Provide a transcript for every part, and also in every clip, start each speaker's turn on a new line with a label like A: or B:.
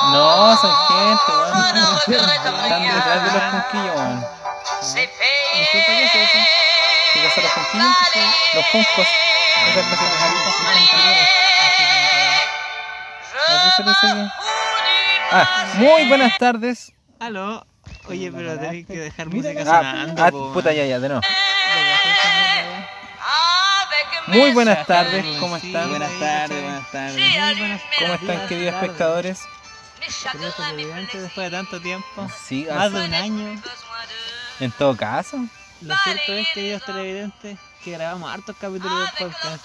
A: esa gente, weón. Están detrás de los
B: Disculpa,
A: conquillos, weón.
B: ¿qué es eso?
A: ¿Qué pasa los conquillos? Los juncos. Esa clase de gente. Así se les dice. Ah, muy buenas tardes.
B: Aló. Oye, pero tenés que dejar
C: Mira,
B: música
A: Ah,
B: sonando.
A: ah,
B: po,
A: puta
B: weón.
A: ya, ya, de nuevo. Muy buenas tardes, ¿cómo
B: Sí,
A: están?
B: buenas tardes, buenas tardes. Muy buenas
A: ¿Cómo están,
B: tardes,
A: queridos
B: tardes.
A: espectadores?
B: Queridos televidentes, después de tanto tiempo,
A: Sí,
B: más
A: ah,
B: de un año,
A: en todo caso.
B: lo cierto es, queridos televidentes, que grabamos hartos capítulos del podcast,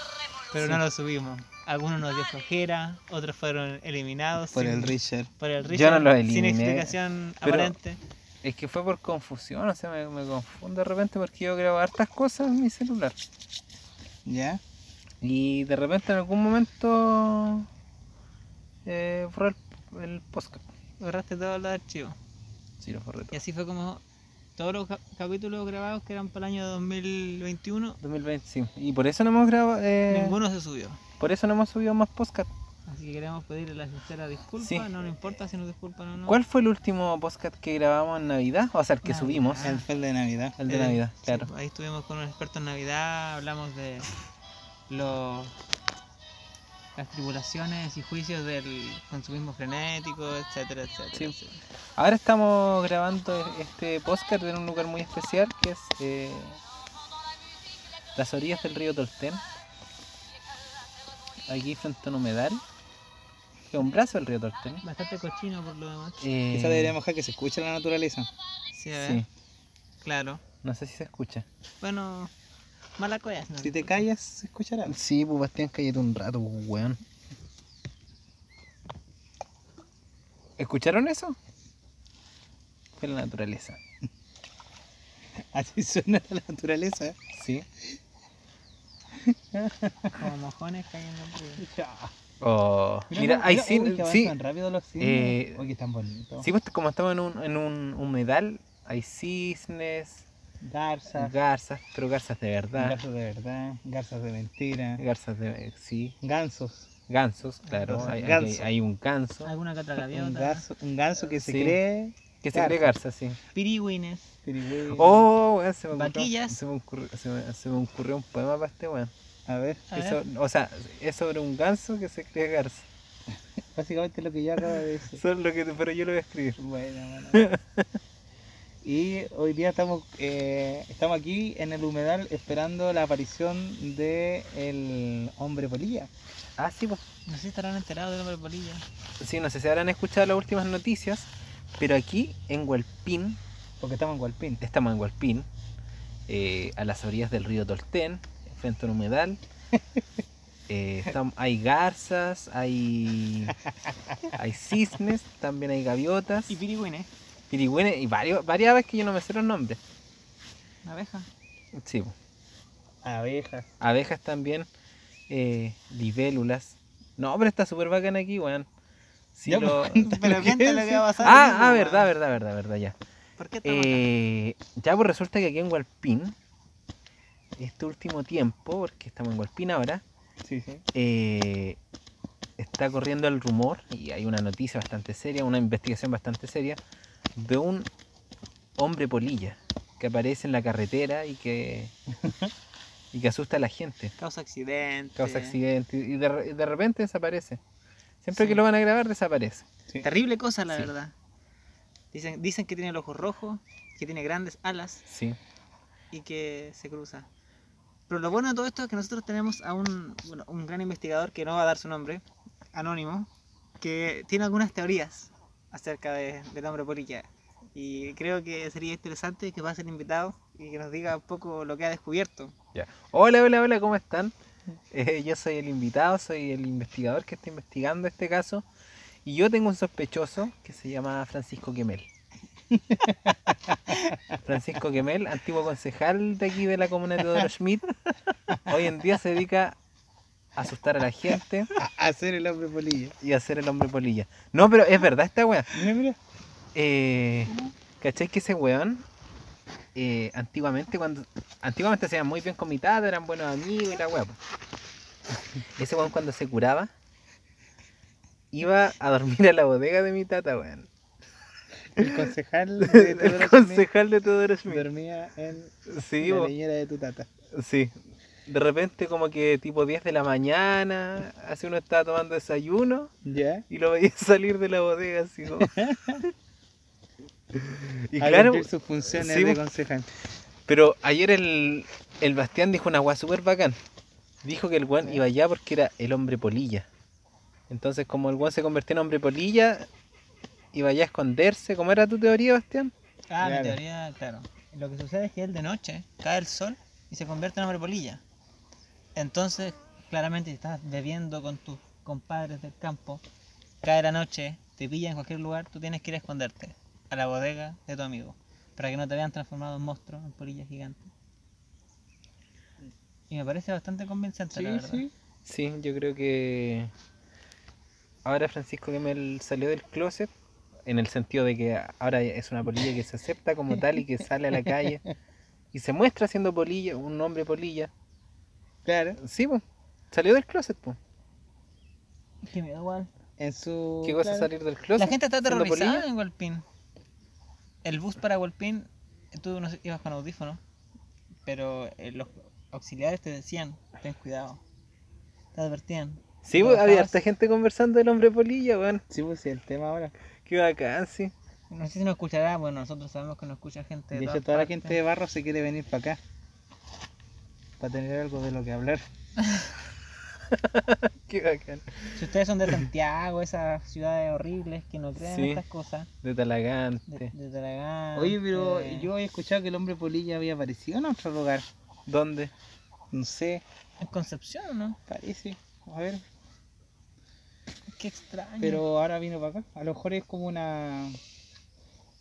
B: pero no los subimos. Algunos nos dio flojera, otros fueron eliminados
C: Por
B: sin-
C: el Richard.
B: por el
A: Yo no
B: Richard,
A: los
B: sin
A: eliminé,
B: explicación
A: pero-
B: aparente.
A: Es que fue por confusión, o sea, me, me confundo de repente porque yo grabo hartas cosas en mi celular.
C: ¿Ya?
A: Y de repente en algún momento eh, borré el, el podcast.
B: Borraste todos los archivos.
A: Sí, lo borré
B: Y
A: todo.
B: así fue como todos los cap- capítulos grabados que eran para el año 2021,
A: 2020, sí. Y por eso no hemos grabado, eh,
B: ninguno se subió.
A: por eso no hemos subido más podcast.
B: Así que queremos pedirle la sincera disculpa,
A: Sí.
B: no nos importa si nos disculpan o no.
A: ¿Cuál fue el último podcast que grabamos en Navidad? O sea, el que
B: Navidad.
A: subimos.
C: Ah, El fel de Navidad.
A: El de
B: Eh,
A: Navidad,
B: sí,
A: claro.
B: ahí estuvimos con un experto en Navidad, hablamos de los las tribulaciones y juicios del consumismo frenético, etcétera, etcétera.
A: Sí.
B: etcétera.
A: Ahora estamos grabando este podcast en un lugar muy especial que es eh, las orillas del río Tolten. Aquí frente a un humedal. Que es un brazo del río Tolten.
B: Bastante cochino por lo demás.
A: Eh,
C: Quizá deberíamos dejar que se escuche la naturaleza.
B: Sí, a ver,
A: Sí,
B: claro.
A: no sé si se escucha.
B: Bueno, mala cosa. ¿no?
C: Si te callas, se escuchará.
A: Sí, pues Bastián, cállate un rato, pues, weón. ¿Escucharon eso? Fue la naturaleza.
C: Así suena la naturaleza.
A: Sí.
B: Como mojones cayendo en río.
A: Oh, mira, ahí sí, sí,
C: Tan rápido los cisnes.
A: Eh,
C: Oye, tan bonito.
A: Sí, pues como estamos en un, en un humedal, hay cisnes,
C: Garzas.
A: garzas, pero garzas de verdad.
C: Garzas de verdad. Garzas de mentira.
A: Garzas de... sí,
C: Gansos.
A: gansos, claro.
C: Ganso.
A: Hay, hay-
C: Ganso.
A: hay un ganso
B: Alguna que otra
C: Un
B: gaviota.
C: ganso, un ganso que se
A: Sí.
C: cree.
A: que se cree garza, sí.
B: Pirigüines.
C: pirigüey.
A: Oh, weón, se me ocurrió,
B: Vaquillas.
A: se me ocurrió, se me- se me ocurrió un poema para este weón.
C: A ver,
B: A
A: Es sobre- o sea, es sobre un ganso que se cree garza.
C: básicamente lo que yo acabo de decir.
A: Eso es lo que, pero yo lo voy a escribir.
C: Bueno, bueno. Y hoy día estamos, eh, estamos aquí en el humedal esperando la aparición de el hombre polilla.
A: Ah, sí, pues.
B: No sé si estarán enterados del hombre polilla.
A: Sí, no sé si habrán escuchado las últimas noticias, pero aquí en Hualpín,
C: Porque estamos en Gualpín.
A: Estamos en Hualpín, eh, a las orillas del río Tolten, frente a un humedal. Eh, estam- hay garzas, hay, hay cisnes, también hay gaviotas,
B: Y pirigüines.
A: pirigüines y varios, varias aves que yo no me sé los nombres.
B: Una abeja.
A: Sí, po.
C: Abejas.
A: abejas también, eh, libélulas. No, pero está súper bacán aquí, weón. Sí
C: Ya,
A: lo-
B: Pero cuenta lo que va a pasar.
A: Ah, ah, verdad, verdad, verdad, verdad, ya.
B: ¿Por qué estamos acá?
A: Eh, ya pues resulta que aquí en Hualpín, este último tiempo, porque estamos en Hualpín ahora,
C: Sí, sí.
A: eh, está corriendo el rumor, y hay una noticia bastante seria, una investigación bastante seria, de un hombre polilla que aparece en la carretera y que, y que asusta a la gente,
B: Causa accidente.
A: causa accidentes y de, re- de repente desaparece. Siempre
B: Sí.
A: que lo van a grabar, desaparece.
C: sí.
B: Terrible cosa, la
A: Sí.
B: verdad. Dicen, dicen que tiene el ojo rojo, que tiene grandes alas
A: Sí.
B: y que se cruza. Pero lo bueno de todo esto es que nosotros tenemos a un, bueno, un gran investigador que no va a dar su nombre, anónimo, que tiene algunas teorías acerca de- del hombre polilla. Y creo que sería interesante que va a ser invitado y que nos diga un poco lo que ha descubierto.
A: Hola, hola, hola, ¿cómo están? Eh, yo soy el invitado, soy el investigador que está investigando este caso. Y yo tengo un sospechoso que se llama Francisco Quemel. Francisco Quemel, antiguo concejal de aquí de la comuna de Teodoro Schmidt. Hoy en día se dedica a asustar a la gente
C: A hacer el hombre polilla.
A: y a ser el hombre polilla. No, pero es verdad esta weá.
C: Mira, mira.
A: Eh, ¿Cachai que ese weón? eh, antiguamente cuando antiguamente se iban muy bien con mi tata, eran buenos amigos y la weá. po. Ese weón cuando se curaba, iba a dormir a la bodega de mi tata, weón.
C: El concejal de Teodoro
A: El
C: Schmidt
A: concejal de Teodoro Schmidt.
C: dormía en
A: Sí,
C: la
A: bo-
C: leñera de tu tata.
A: sí. De repente, como que tipo 10 de la mañana, así uno estaba tomando desayuno
C: ¿Ya?
A: y lo veía salir de la bodega, así como. y
C: A
A: claro,
C: cumplir sus funciones
A: sí,
C: de
A: bo-
C: concejal.
A: Pero ayer el, el Bastián dijo una weá súper bacán. Dijo que el weón iba allá porque era el hombre polilla. Entonces, como el weón se convirtió en hombre polilla, iba allá a esconderse. ¿Cómo era tu teoría, Bastián?
B: Ah,
C: Claro.
B: mi teoría, claro. Lo que sucede es que él de noche cae el sol y se convierte en hombre polilla. Entonces, claramente, si estás bebiendo con tus compadres del campo, cae la noche, te pilla en cualquier lugar, tú tienes que ir a esconderte a la bodega de tu amigo para que no te vean transformado en monstruo, en polilla gigante. Y me parece bastante convincente, la
C: Sí,
B: verdad.
C: sí.
A: Sí, yo creo que. Ahora Francisco Gemel salió del closet. En el sentido de que ahora es una polilla que se acepta como tal y que sale a la calle y se muestra siendo polilla, un hombre polilla.
C: Claro.
A: Sí, pues. Salió del closet, pues.
B: Que me da igual.
C: En su.
A: ¿Qué cosa
C: claro.
A: salir del closet?
B: Uh, La gente está
A: siendo polilla?
B: aterrorizada en Hualpín. El bus para Hualpín, tú no sé, ibas con audífonos, pero eh, los auxiliares te decían, ten cuidado. Te advertían.
A: Sí,
B: Lo
A: pues, había
B: bajabas.
A: harta gente conversando del hombre polilla, weón.
C: Sí, pues sí, el tema ahora.
A: Qué bacán, sí.
B: No sé si nos escuchará, bueno, nosotros sabemos que nos escucha gente de
C: De hecho,
B: todas
C: toda la
B: partes.
C: gente de Barro se quiere venir para acá. Para tener algo de lo que hablar.
A: Qué bacán.
B: Si ustedes son de Santiago, esas ciudades horribles que no creen
A: Sí.
B: en estas cosas,
A: De
B: de,
A: Talagante.
B: de eh, Talagante,
C: Oye, pero yo he escuchado que el hombre polilla había aparecido en otro lugar.
A: ¿Dónde?
C: No sé,
B: En Concepción, ¿no?
C: parece. A ver,
B: Qué extraño.
C: pero ahora vino para acá. A lo mejor es como una.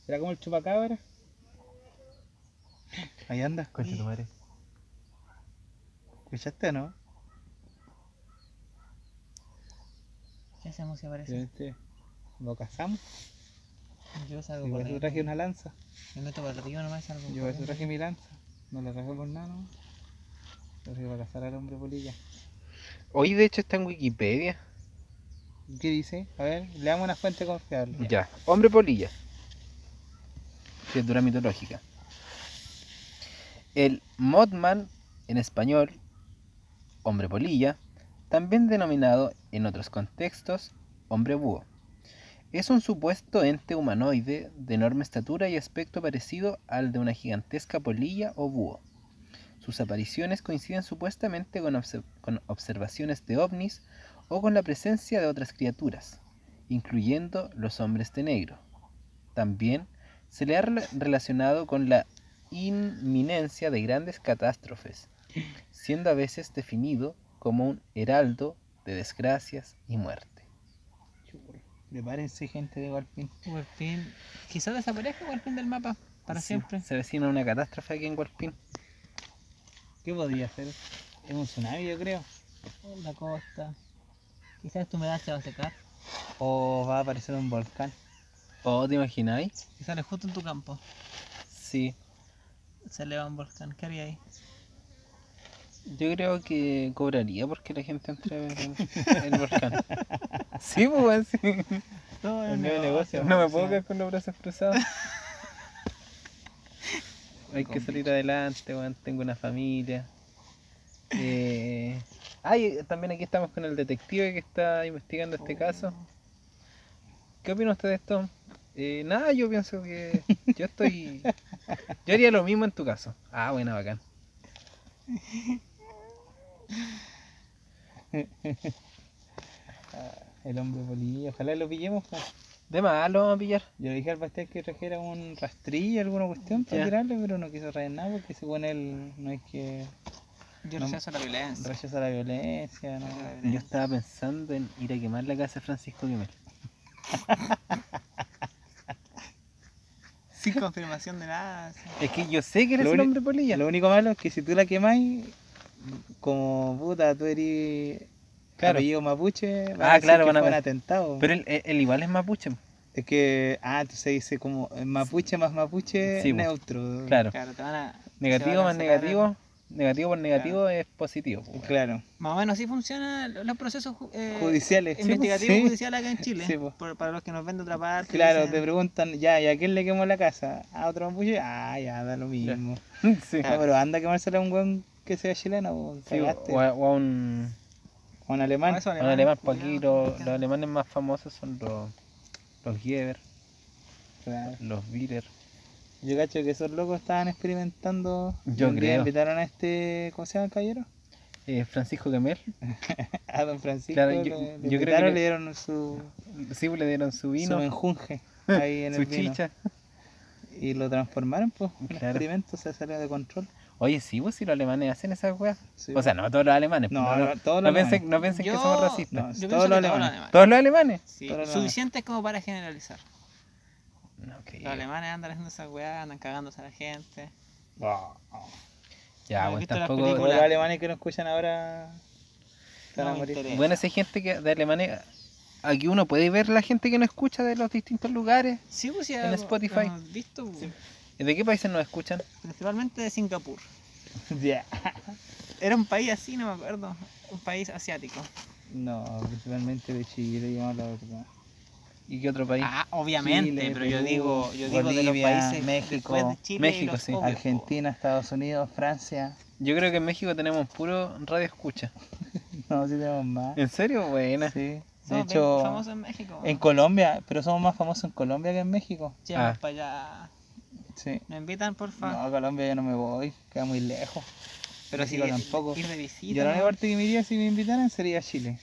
C: ¿Será como el chupacabra? Ahí anda.
A: Concha tu madre.
C: ¿Escuchaste o no?
B: ¿Qué hacemos si aparece?
A: Este,
C: Realmente, Lo cazamos.
B: Yo salgo
C: Yo por
B: por
C: eso
B: ahí.
C: traje una lanza.
B: Me meto por arriba nomás y salgo
C: Yo por
B: corriendo.
C: eso traje mi lanza. No la traje por nada, ¿no? La traje para cazar al hombre polilla.
A: Hoy, de hecho, está en Wikipedia.
C: ¿Qué dice? A ver, le damos una fuente confiable.
A: Ya. Hombre polilla. Criatura mitológica. El Mothman, en español, hombre polilla, también denominado en otros contextos hombre búho, es un supuesto ente humanoide de enorme estatura y aspecto parecido al de una gigantesca polilla o búho. Sus apariciones coinciden supuestamente con, obse- con observaciones de ovnis o con la presencia de otras criaturas, incluyendo los hombres de negro. También se le ha rela- relacionado con la inminencia de grandes catástrofes, siendo a veces definido como un heraldo de desgracias y muerte.
C: Prepárense, gente de Golpín.
B: Hualpín. Quizá desaparezca Hualpín del mapa para
A: Sí,
B: siempre.
A: Se avecina una catástrofe aquí en Hualpín.
C: ¿Qué podría hacer? Es un tsunami, yo creo.
B: La costa. Quizás esta humedad se va a secar.
C: O va a aparecer un volcán.
A: ¿Oh, te imagináis?
B: Si sale justo en tu campo,
A: Sí.
B: se eleva un volcán. ¿Qué haría ahí?
A: Yo creo que cobraría porque la gente entra en el volcán. Sí, pues, weón, sí.
B: Todo
C: El nuevo negocio.
A: No me puedo quedar con los brazos cruzados. Hay que salir adelante, weón. Tengo una familia. Eh... Ay, también aquí estamos con el detective que está investigando
B: Oh.
A: este caso. ¿Qué opina usted de esto? Eh, nada, yo pienso que yo estoy. Yo haría lo mismo en tu caso. Ah, buena, bacán.
C: El hombre polilla. Ojalá lo pillemos. pues. po.
A: De más, lo vamos a pillar.
C: Yo le dije al pastel que trajera un rastrillo, alguna cuestión para
A: Ya.
C: tirarle, pero no quiso traer nada porque según él no es que
B: Yo
C: No.
B: rechazo la violencia.
C: rechaza la violencia. No.
A: Yo estaba pensando en ir a quemar la casa de Francisco Quimel.
B: Sin confirmación de nada. sí.
A: Es que yo sé que eres
C: Lo
A: un
C: uni-
A: hombre polilla.
C: Lo único malo es que si tú la quemáis, como puta, tú eres
A: Claro.
C: apellido mapuche, van
A: Ah,
C: a decir
A: claro,
C: que
A: van a
C: fue un
A: ver.
C: atentado.
A: Pero él, él- él igual es mapuche.
C: Es que, ah, entonces dice como eh, mapuche más mapuche
A: Sí, po.
C: neutro.
A: Claro.
B: Claro, te van a. se
A: Negativo
B: va a
A: más
B: cancelar el-
A: negativo, Negativo por negativo es positivo. pues, weón.
C: Claro.
B: Más o menos así funcionan los procesos ju- eh,
C: Judiciales. sí, pues,
B: investigativos
C: sí.
B: judiciales acá en Chile.
C: Sí, po.
B: por- para los que nos ven de otra parte.
C: Claro,
B: dicen,
C: te preguntan, ya, ¿y a quién le quemó la casa? ¿A otro mapuche? Ah, ya, da lo mismo.
A: Sí.
C: Ah, pero anda a quemársela a un weón que sea chileno, po,
A: Sí, o,
C: cagaste.
A: o a, o a un,
C: O un alemán.
B: "Ah, esos
A: a un alemán, pues aquí
B: culiados,
A: los-
B: mexicanos".
A: los alemanes más famosos son los, los Gieber,
C: Claro.
A: los Bieler.
C: Yo cacho que esos locos estaban experimentando.
A: Yo
C: y un día
A: creo.
C: invitaron a este, ¿cómo se llama el caballero?
A: Eh, Francisco Gemel,
C: A don Francisco.
A: Claro,
C: le-
A: yo-
C: le
A: yo creo que
C: invitaron,
A: le-
C: le dieron su,
A: sí, pues, le dieron su
C: su
A: vino,
C: menjunje ahí en
A: su
C: el vino.
A: chicha.
C: Y lo transformaron, pues. Un
A: Claro.
C: experimento se salió de control.
A: Oye, sí, pues si los alemanes hacen esas weas.
C: Sí,
A: o sea, no todos los alemanes. pues,
C: No,
A: no,
C: no, todos
A: no
C: los
A: piensen, no piensen que
B: Yo-
A: somos racistas.
B: Yo
C: todos
B: pienso que todos
C: los
B: los
C: alemanes.
B: alemanes.
A: ¿Todos los alemanes?
B: Sí,
C: todos los alemanes.
B: suficientes como para generalizar.
A: No, ok.
B: Los alemanes andan haciendo esas weas, andan cagándose a la gente.
C: Ah, ah.
A: Ya,
B: ¿Has
A: bueno,
B: visto las
A: tampoco.
B: películas?
C: Todos los alemanes que nos escuchan ahora. se van
B: No
C: a
B: me
C: morir.
B: interesa.
A: Bueno, si hay gente que de Alemania. Aquí uno puede ver la gente que nos escucha de los distintos lugares.
B: Sí, pues sí,
A: En
B: algo-
A: Spotify.
B: hemos visto, pues,
A: ¿De qué países nos escuchan?
B: principalmente de Singapur.
C: Ya.
B: Era un país así, no me acuerdo. Un país asiático.
C: No, principalmente de Chile, digamos la verdad.
A: ¿Y qué otro país?
B: Ah, obviamente,
C: Chile,
B: pero yo
C: Perú,
B: digo, yo digo de los
C: Bolivia,
B: países
C: México,
B: después de Chile y
A: México,
B: los
A: sí.
B: obvios, po.
C: Argentina, Estados Unidos, Francia.
A: Yo creo que en México tenemos puro radio escucha.
C: No, sí tenemos más.
A: ¿En serio? Buena.
C: Sí. De
B: pues. Somos bien
C: hecho,
B: famosos en México.
C: en Colombia, pero somos más famosos en Colombia que en México.
B: Llevamos
A: Ah.
B: para allá.
C: Sí.
B: Nos pues invitan, porfa.
C: No, a Colombia yo no me voy, queda muy lejos.
B: pero si
C: México tampoco.
B: Ir de visita.
C: Yo la
B: ¿no?
C: única parte que me iría si me invitaran sería Chile.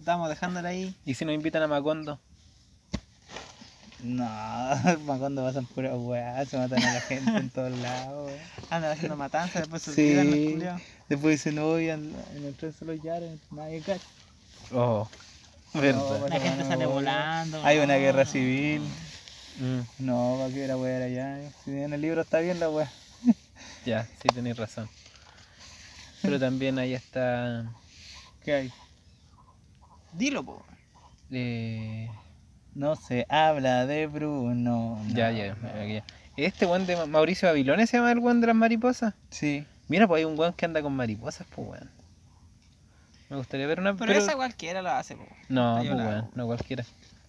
B: Estamos dejándola ahí.
A: ¿Y si nos invitan a Macondo?
C: No, más cuando pasan puras weas, se matan a la gente en todos lados. weón.
B: Andan haciendo matanzas, después se
C: Sí.
B: olvidan los culiados.
C: Después dicen, no, y al- en el tren solo lloran, nadie cacha.
A: Oh,
C: No,
A: verdad.
B: La gente
C: no,
B: sale
C: no.
B: volando.
C: Hay una
B: no.
C: guerra civil.
A: Mm,
C: No, va a quedar la wea allá. eh. Si en el libro está bien la wea.
A: ya, sí, tenéis razón. Pero también ahí está.
C: ¿Qué hay?
B: Dilo, po.
A: eh,
C: No se habla de Bruno. no.
A: ya, ya, ya. Este buen de Mauricio Babilones se llama el buen de las mariposas.
C: Sí.
A: Mira, pues hay un weón que anda con mariposas, pues weón. Me gustaría ver una.
B: Pero, esa cualquiera lo hace, po.
A: No,
B: yo
A: pues
B: la
A: weón,
B: hago.
A: no cualquiera.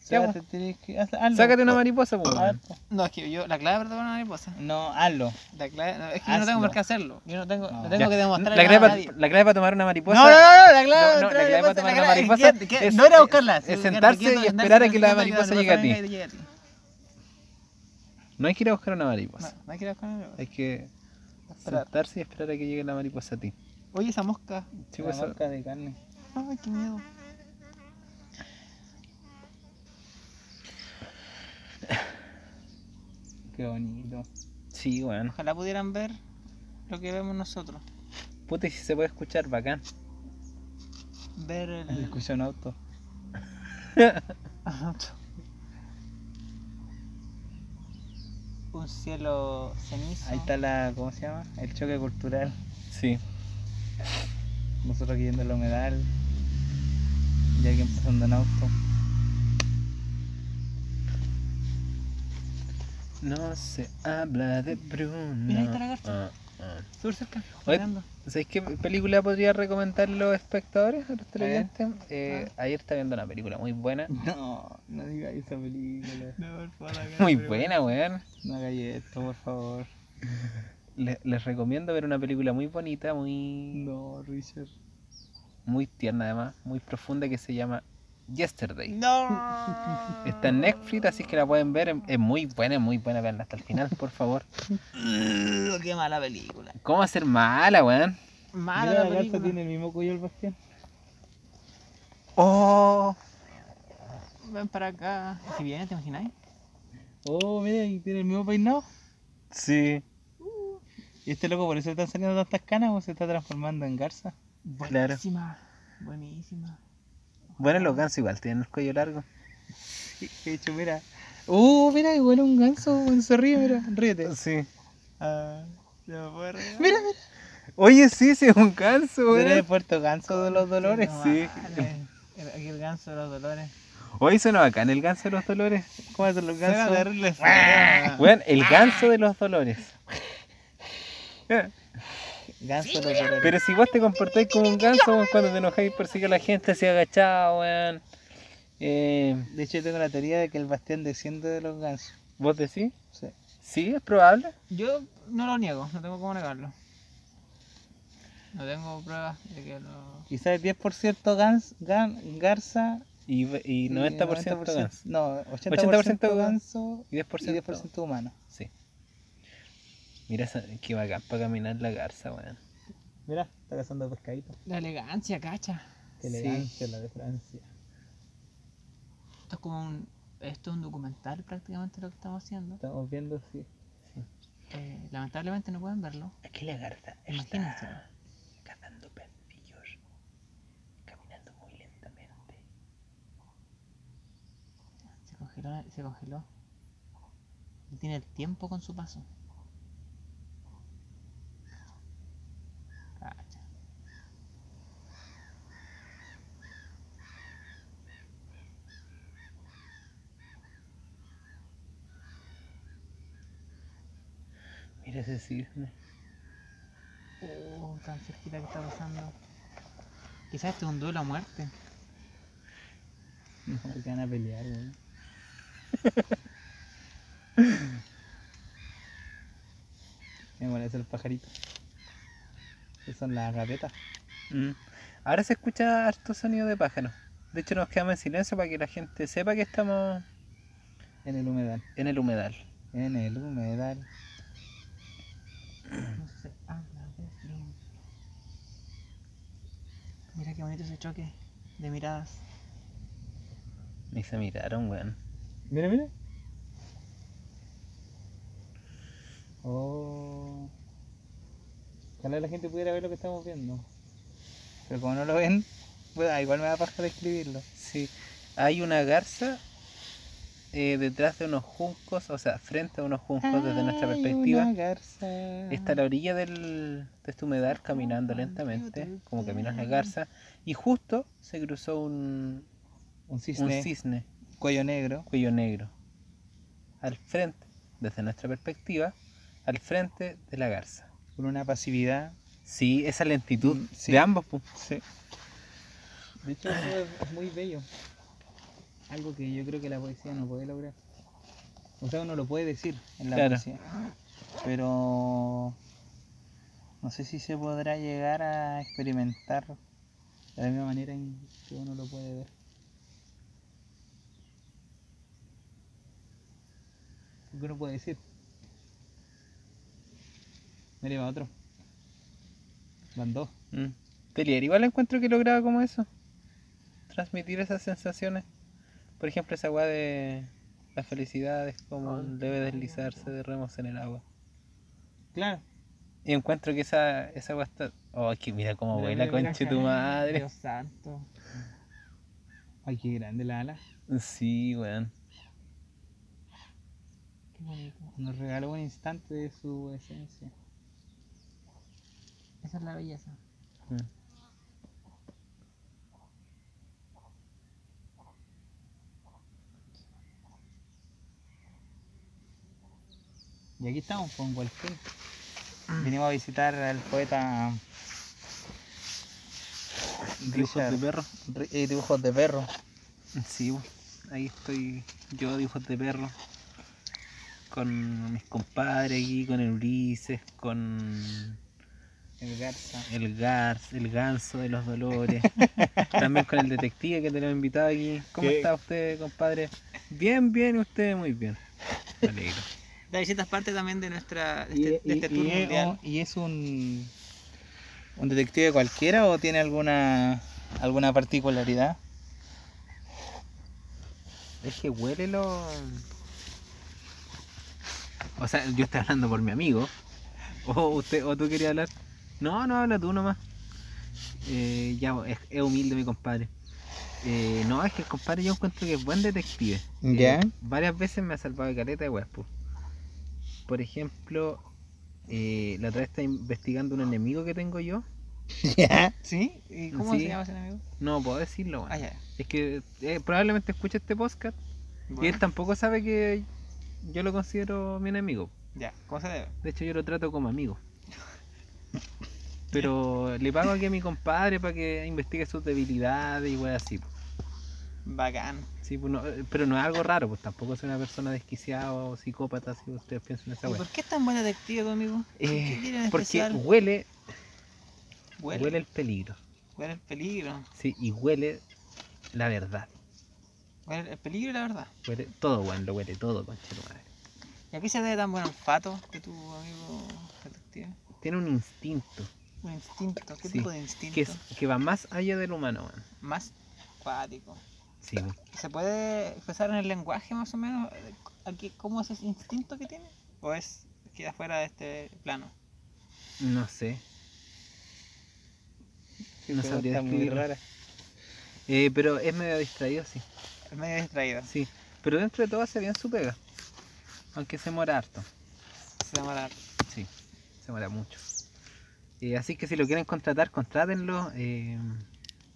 A: Ya,
C: Sácate, tenés que- haz-
B: Ah,
C: hazlo.
A: Sácate una mariposa, pues
C: Hazlo.
A: weón.
B: No, es que yo, la clave perdón una mariposa.
C: No, hazlo.
B: La clave, no, es que yo Ah, no
C: Hazlo.
B: tengo por qué hacerlo. Yo no tengo, no
C: No.
B: tengo
A: Ya.
B: que demostrar
A: La
B: nada
A: clave,
B: a
A: pa-
B: nadie.
A: la clave para tomar una mariposa.
B: No, no, no, la
A: No,
B: clave,
A: no,
B: no,
A: la clave para tomar una mariposa es-
B: no era buscarla.
A: es sentarse y esperar a que la mariposa llegue a ti.
B: llegue a ti.
A: No hay que ir a buscar una
B: No,
A: mariposa.
B: no hay que ir a buscar una mariposa.
A: Hay que
B: Esperar.
A: sentarse y esperar a que llegue la mariposa a ti.
B: Oye, esa mosca.
A: Sí,
C: La
A: pues, eso-
C: marca de carne.
B: Ay, qué miedo.
C: Qué bonito.
A: sí, weón.
B: Ojalá pudieran ver lo que vemos nosotros.
A: Puta, y si se puede escuchar, bacán.
B: Ver el...
C: Escucha un auto.
B: un cielo cenizo.
C: Ahí está la, ¿cómo se llama? El choque cultural.
A: Sí.
C: Nosotros aquí yendo al humedal. Y alguien pasando en auto.
A: No se habla de Bruno.
B: Mira, ahí está la garza.
A: Ah, ah.
B: Súper cerca.
A: Oye,
B: mirando.
A: ¿Sabéis qué película podría recomendar a los espectadores, a los
C: ver.
A: televidentes? Eh, Ayer está viendo una película muy buena.
C: No, no digas esa película.
A: Muy buena, weón.
C: No hagas esto, por favor.
A: Le- les recomiendo ver una película muy bonita, muy,
C: No, Richard.
A: muy tierna además, muy profunda que se llama Yesterday.
B: No.
A: Está en Netflix, así que la pueden ver. Es, es muy buena, es muy buena. Veanla hasta el final, por favor.
B: Ugh, qué mala película.
A: ¿Cómo hacer mala, weón? Ah,
B: Mala
C: Mira,
B: la
C: la carta
B: película.
C: tiene el mismo cuello el Bastián.
A: Oh,
B: Ven para acá. Si viene, ¿te imagináis?
C: Oh, mira, y tiene el mismo peinado.
A: sí.
C: Y este loco por eso le están saliendo tantas canas o se está transformando en garza.
B: Buenísima. Buenísima.
A: Bueno, los gansos igual tienen el cuello largo.
C: De hecho, mira. Uh, mira, igual un ganso, un se ríe, mira, ríete.
A: Eh, Sí.
B: Ah, se me fue arriba.
C: Mira, mira.
A: Oye, sí, sí, es un ganso,
C: Tú eres el
A: weón.
C: puerto ganso de los dolores.
B: No vale. El- Aquí el ganso de los dolores.
A: Hoy suena bacán el ganso de los dolores.
C: ¿Cómo hacen los
B: Suena
C: gansos?
A: Ah.
B: terrible. feo.
A: Weón, el ganso de los dolores.
C: Ganso lo tolero.
A: Eh, Pero si vos te comportáis como un ganso, weón, cuando te enojáis y persigues a la gente, así agachado, weón. Eh,
C: De hecho, yo tengo la teoría de que el Bastián desciende de los gansos.
A: ¿Vos decís?
C: Sí.
A: Sí, es probable.
B: Yo no lo niego, no tengo cómo negarlo. No tengo pruebas de que lo.
C: Quizás el 10% gans, gan- garza
A: Y, y 90% ganso.
C: No, 80%,
A: 80%
C: ganso
A: Y 10%.
C: y 10% humano.
A: Sí. Mira esa- qué bacán para caminar la garza, weón.
C: Mira, está cazando pescadito.
B: La elegancia, cacha.
A: Qué elegancia
C: la de Francia.
B: Esto es como un. Esto es un documental prácticamente lo que estamos haciendo.
C: Estamos viendo si.
B: Eh, lamentablemente no pueden verlo.
A: Aquí la garza
B: Imagínense.
A: cazando perdidos, caminando muy lentamente.
B: Se congeló, se congeló. Y tiene el tiempo con su paso. Cacha.
A: Mira ese cisne.
B: Oh, tan cerquita que está pasando. Quizás este es un duelo a muerte.
C: No, porque van a pelear, weón. Me parece el pajarito. Esas son las gavetas.
A: Mm. Ahora se escucha harto sonido de pájaros. De hecho, nos quedamos en silencio para que la gente sepa que estamos
C: En el humedal.
A: en el humedal.
C: En el humedal.
B: No se ah, habla de frío. Mira qué bonito ese choque de miradas.
A: Ni se miraron, weón.
C: Mira, mira. Oh. Ojalá la gente pudiera ver lo que estamos viendo. Pero como no lo ven, pues, ah, igual me da paja describirlo.
A: Sí, hay una garza eh, detrás de unos juncos, o sea, frente a unos juncos desde nuestra
C: Hay
A: perspectiva.
C: una garza.
A: Está a la orilla del, de este humedal caminando lentamente, como caminan las garzas, y justo se cruzó un,
C: Un cisne,
A: un cisne,
C: cuello negro.
A: cuello negro, al frente, desde nuestra perspectiva, al frente de la garza.
C: Con una pasividad.
A: Sí, esa lentitud
C: Mm, sí.
A: de ambos. pu.
C: Sí. De hecho, eso es, es muy bello. Algo que yo creo que la poesía no puede lograr. O sea, uno lo puede decir en la
A: Claro.
C: poesía. Pero no sé si se podrá llegar a experimentar de la misma manera en que uno lo puede ver. Porque uno puede decir. Mira, ahí va otro. Van dos.
A: Mm. Telier, igual encuentro que lograba como eso. Transmitir esas sensaciones. Por ejemplo, esa agua de la felicidad es como
B: Ah,
A: debe deslizarse de remos en el agua.
C: Claro.
A: Y encuentro que esa, esa agua está. Oh, que mira cómo
C: Mira,
A: vuela,
C: mira, mira,
A: conche tu madre.
B: Dios santo.
C: Ay, qué grande la ala.
A: Sí, weón.
B: Qué bonito.
C: Nos regaló un instante de su esencia.
B: Esa es la belleza.
A: Mm.
C: Y aquí estamos con Gualquín.
A: Ah.
C: Vinimos a visitar al poeta
A: Dibujos de
C: Richard-
A: perro.
C: Ri- eh, dibujos de perro.
A: Sí, bu. ahí estoy yo, dibujos de perro. Con mis compadres aquí, con el Ulises, con
C: El Garza.
A: El Gars, el ganso de los dolores. También con el detective que tenemos invitado aquí. ¿Cómo
C: ¿Qué?
A: está usted, compadre? Bien, bien, usted muy bien. Me alegro.
B: Da visitas parte también de nuestra. de
C: Y,
B: este, de
C: y-
B: este tour
C: y oh, es-
B: mundial.
C: ¿y es un, un detective cualquiera o tiene alguna alguna particularidad?
A: Es que huele lo. O sea, yo estoy hablando por mi amigo. O usted, o tú querías hablar. No, no, habla tú nomás. Eh, ya, es, es humilde mi compadre. Eh, no, es que el compadre yo encuentro que es buen detective. Eh,
C: Ya.
A: varias veces me ha salvado de careta de huespo. Por ejemplo, eh, la otra vez estaba investigando un enemigo que tengo yo.
C: Ya.
B: ¿Sí? ¿Y cómo
A: Sí.
B: se llama ese amigo?
A: No puedo decirlo, weón.
B: Ah, ya.
A: Es que eh, probablemente escuche este podcast y él
B: Bueno,
A: tampoco sabe que yo lo considero mi enemigo.
B: ya. ¿Cómo se debe?
A: De hecho, yo lo trato como amigo. Pero le pago aquí a mi compadre para que investigue sus debilidades y weas así. po.
B: Bacán.
A: Sí, pues no- pero no es algo raro, pues tampoco soy una persona desquiciada o psicópata, si ustedes piensan en esa
B: ¿Y
A: wea.
B: por qué es tan buen detective conmigo?
A: Eh,
B: ¿Qué quieren
A: porque
B: especial?
A: huele,
B: Huele,
A: huele,
B: huele.
A: el peligro.
B: el peligro.
A: Sí, y huele la verdad.
B: Huele el peligro y la verdad.
A: Huele todo, weón, lo huele todo, conche tu madre.
B: ¿Y a qué se debe tan buen olfato de tu amigo detective?
A: Tiene un instinto
B: Un instinto. ¿Qué
A: Sí,
B: tipo de instinto?
A: que, es, que va más allá del humano, weón.
B: Más cuático.
A: Sí, weón.
B: ¿Se puede expresar en el lenguaje más o menos eh, a qué- cómo es ese instinto que tiene? ¿O es queda fuera de este plano?
A: no sé.
C: Sí,
A: No
C: pero
A: sabría
C: está muy
A: describirlo.
C: rara.
A: Eh, pero es medio distraído, sí.
B: Es medio distraído.
A: Sí, pero dentro de todo hace bien su pega. Aunque se mora harto.
B: Se demora.
A: Sí, se mora mucho. Eh, así que si lo quieren contratar, contrátenlo. Eh,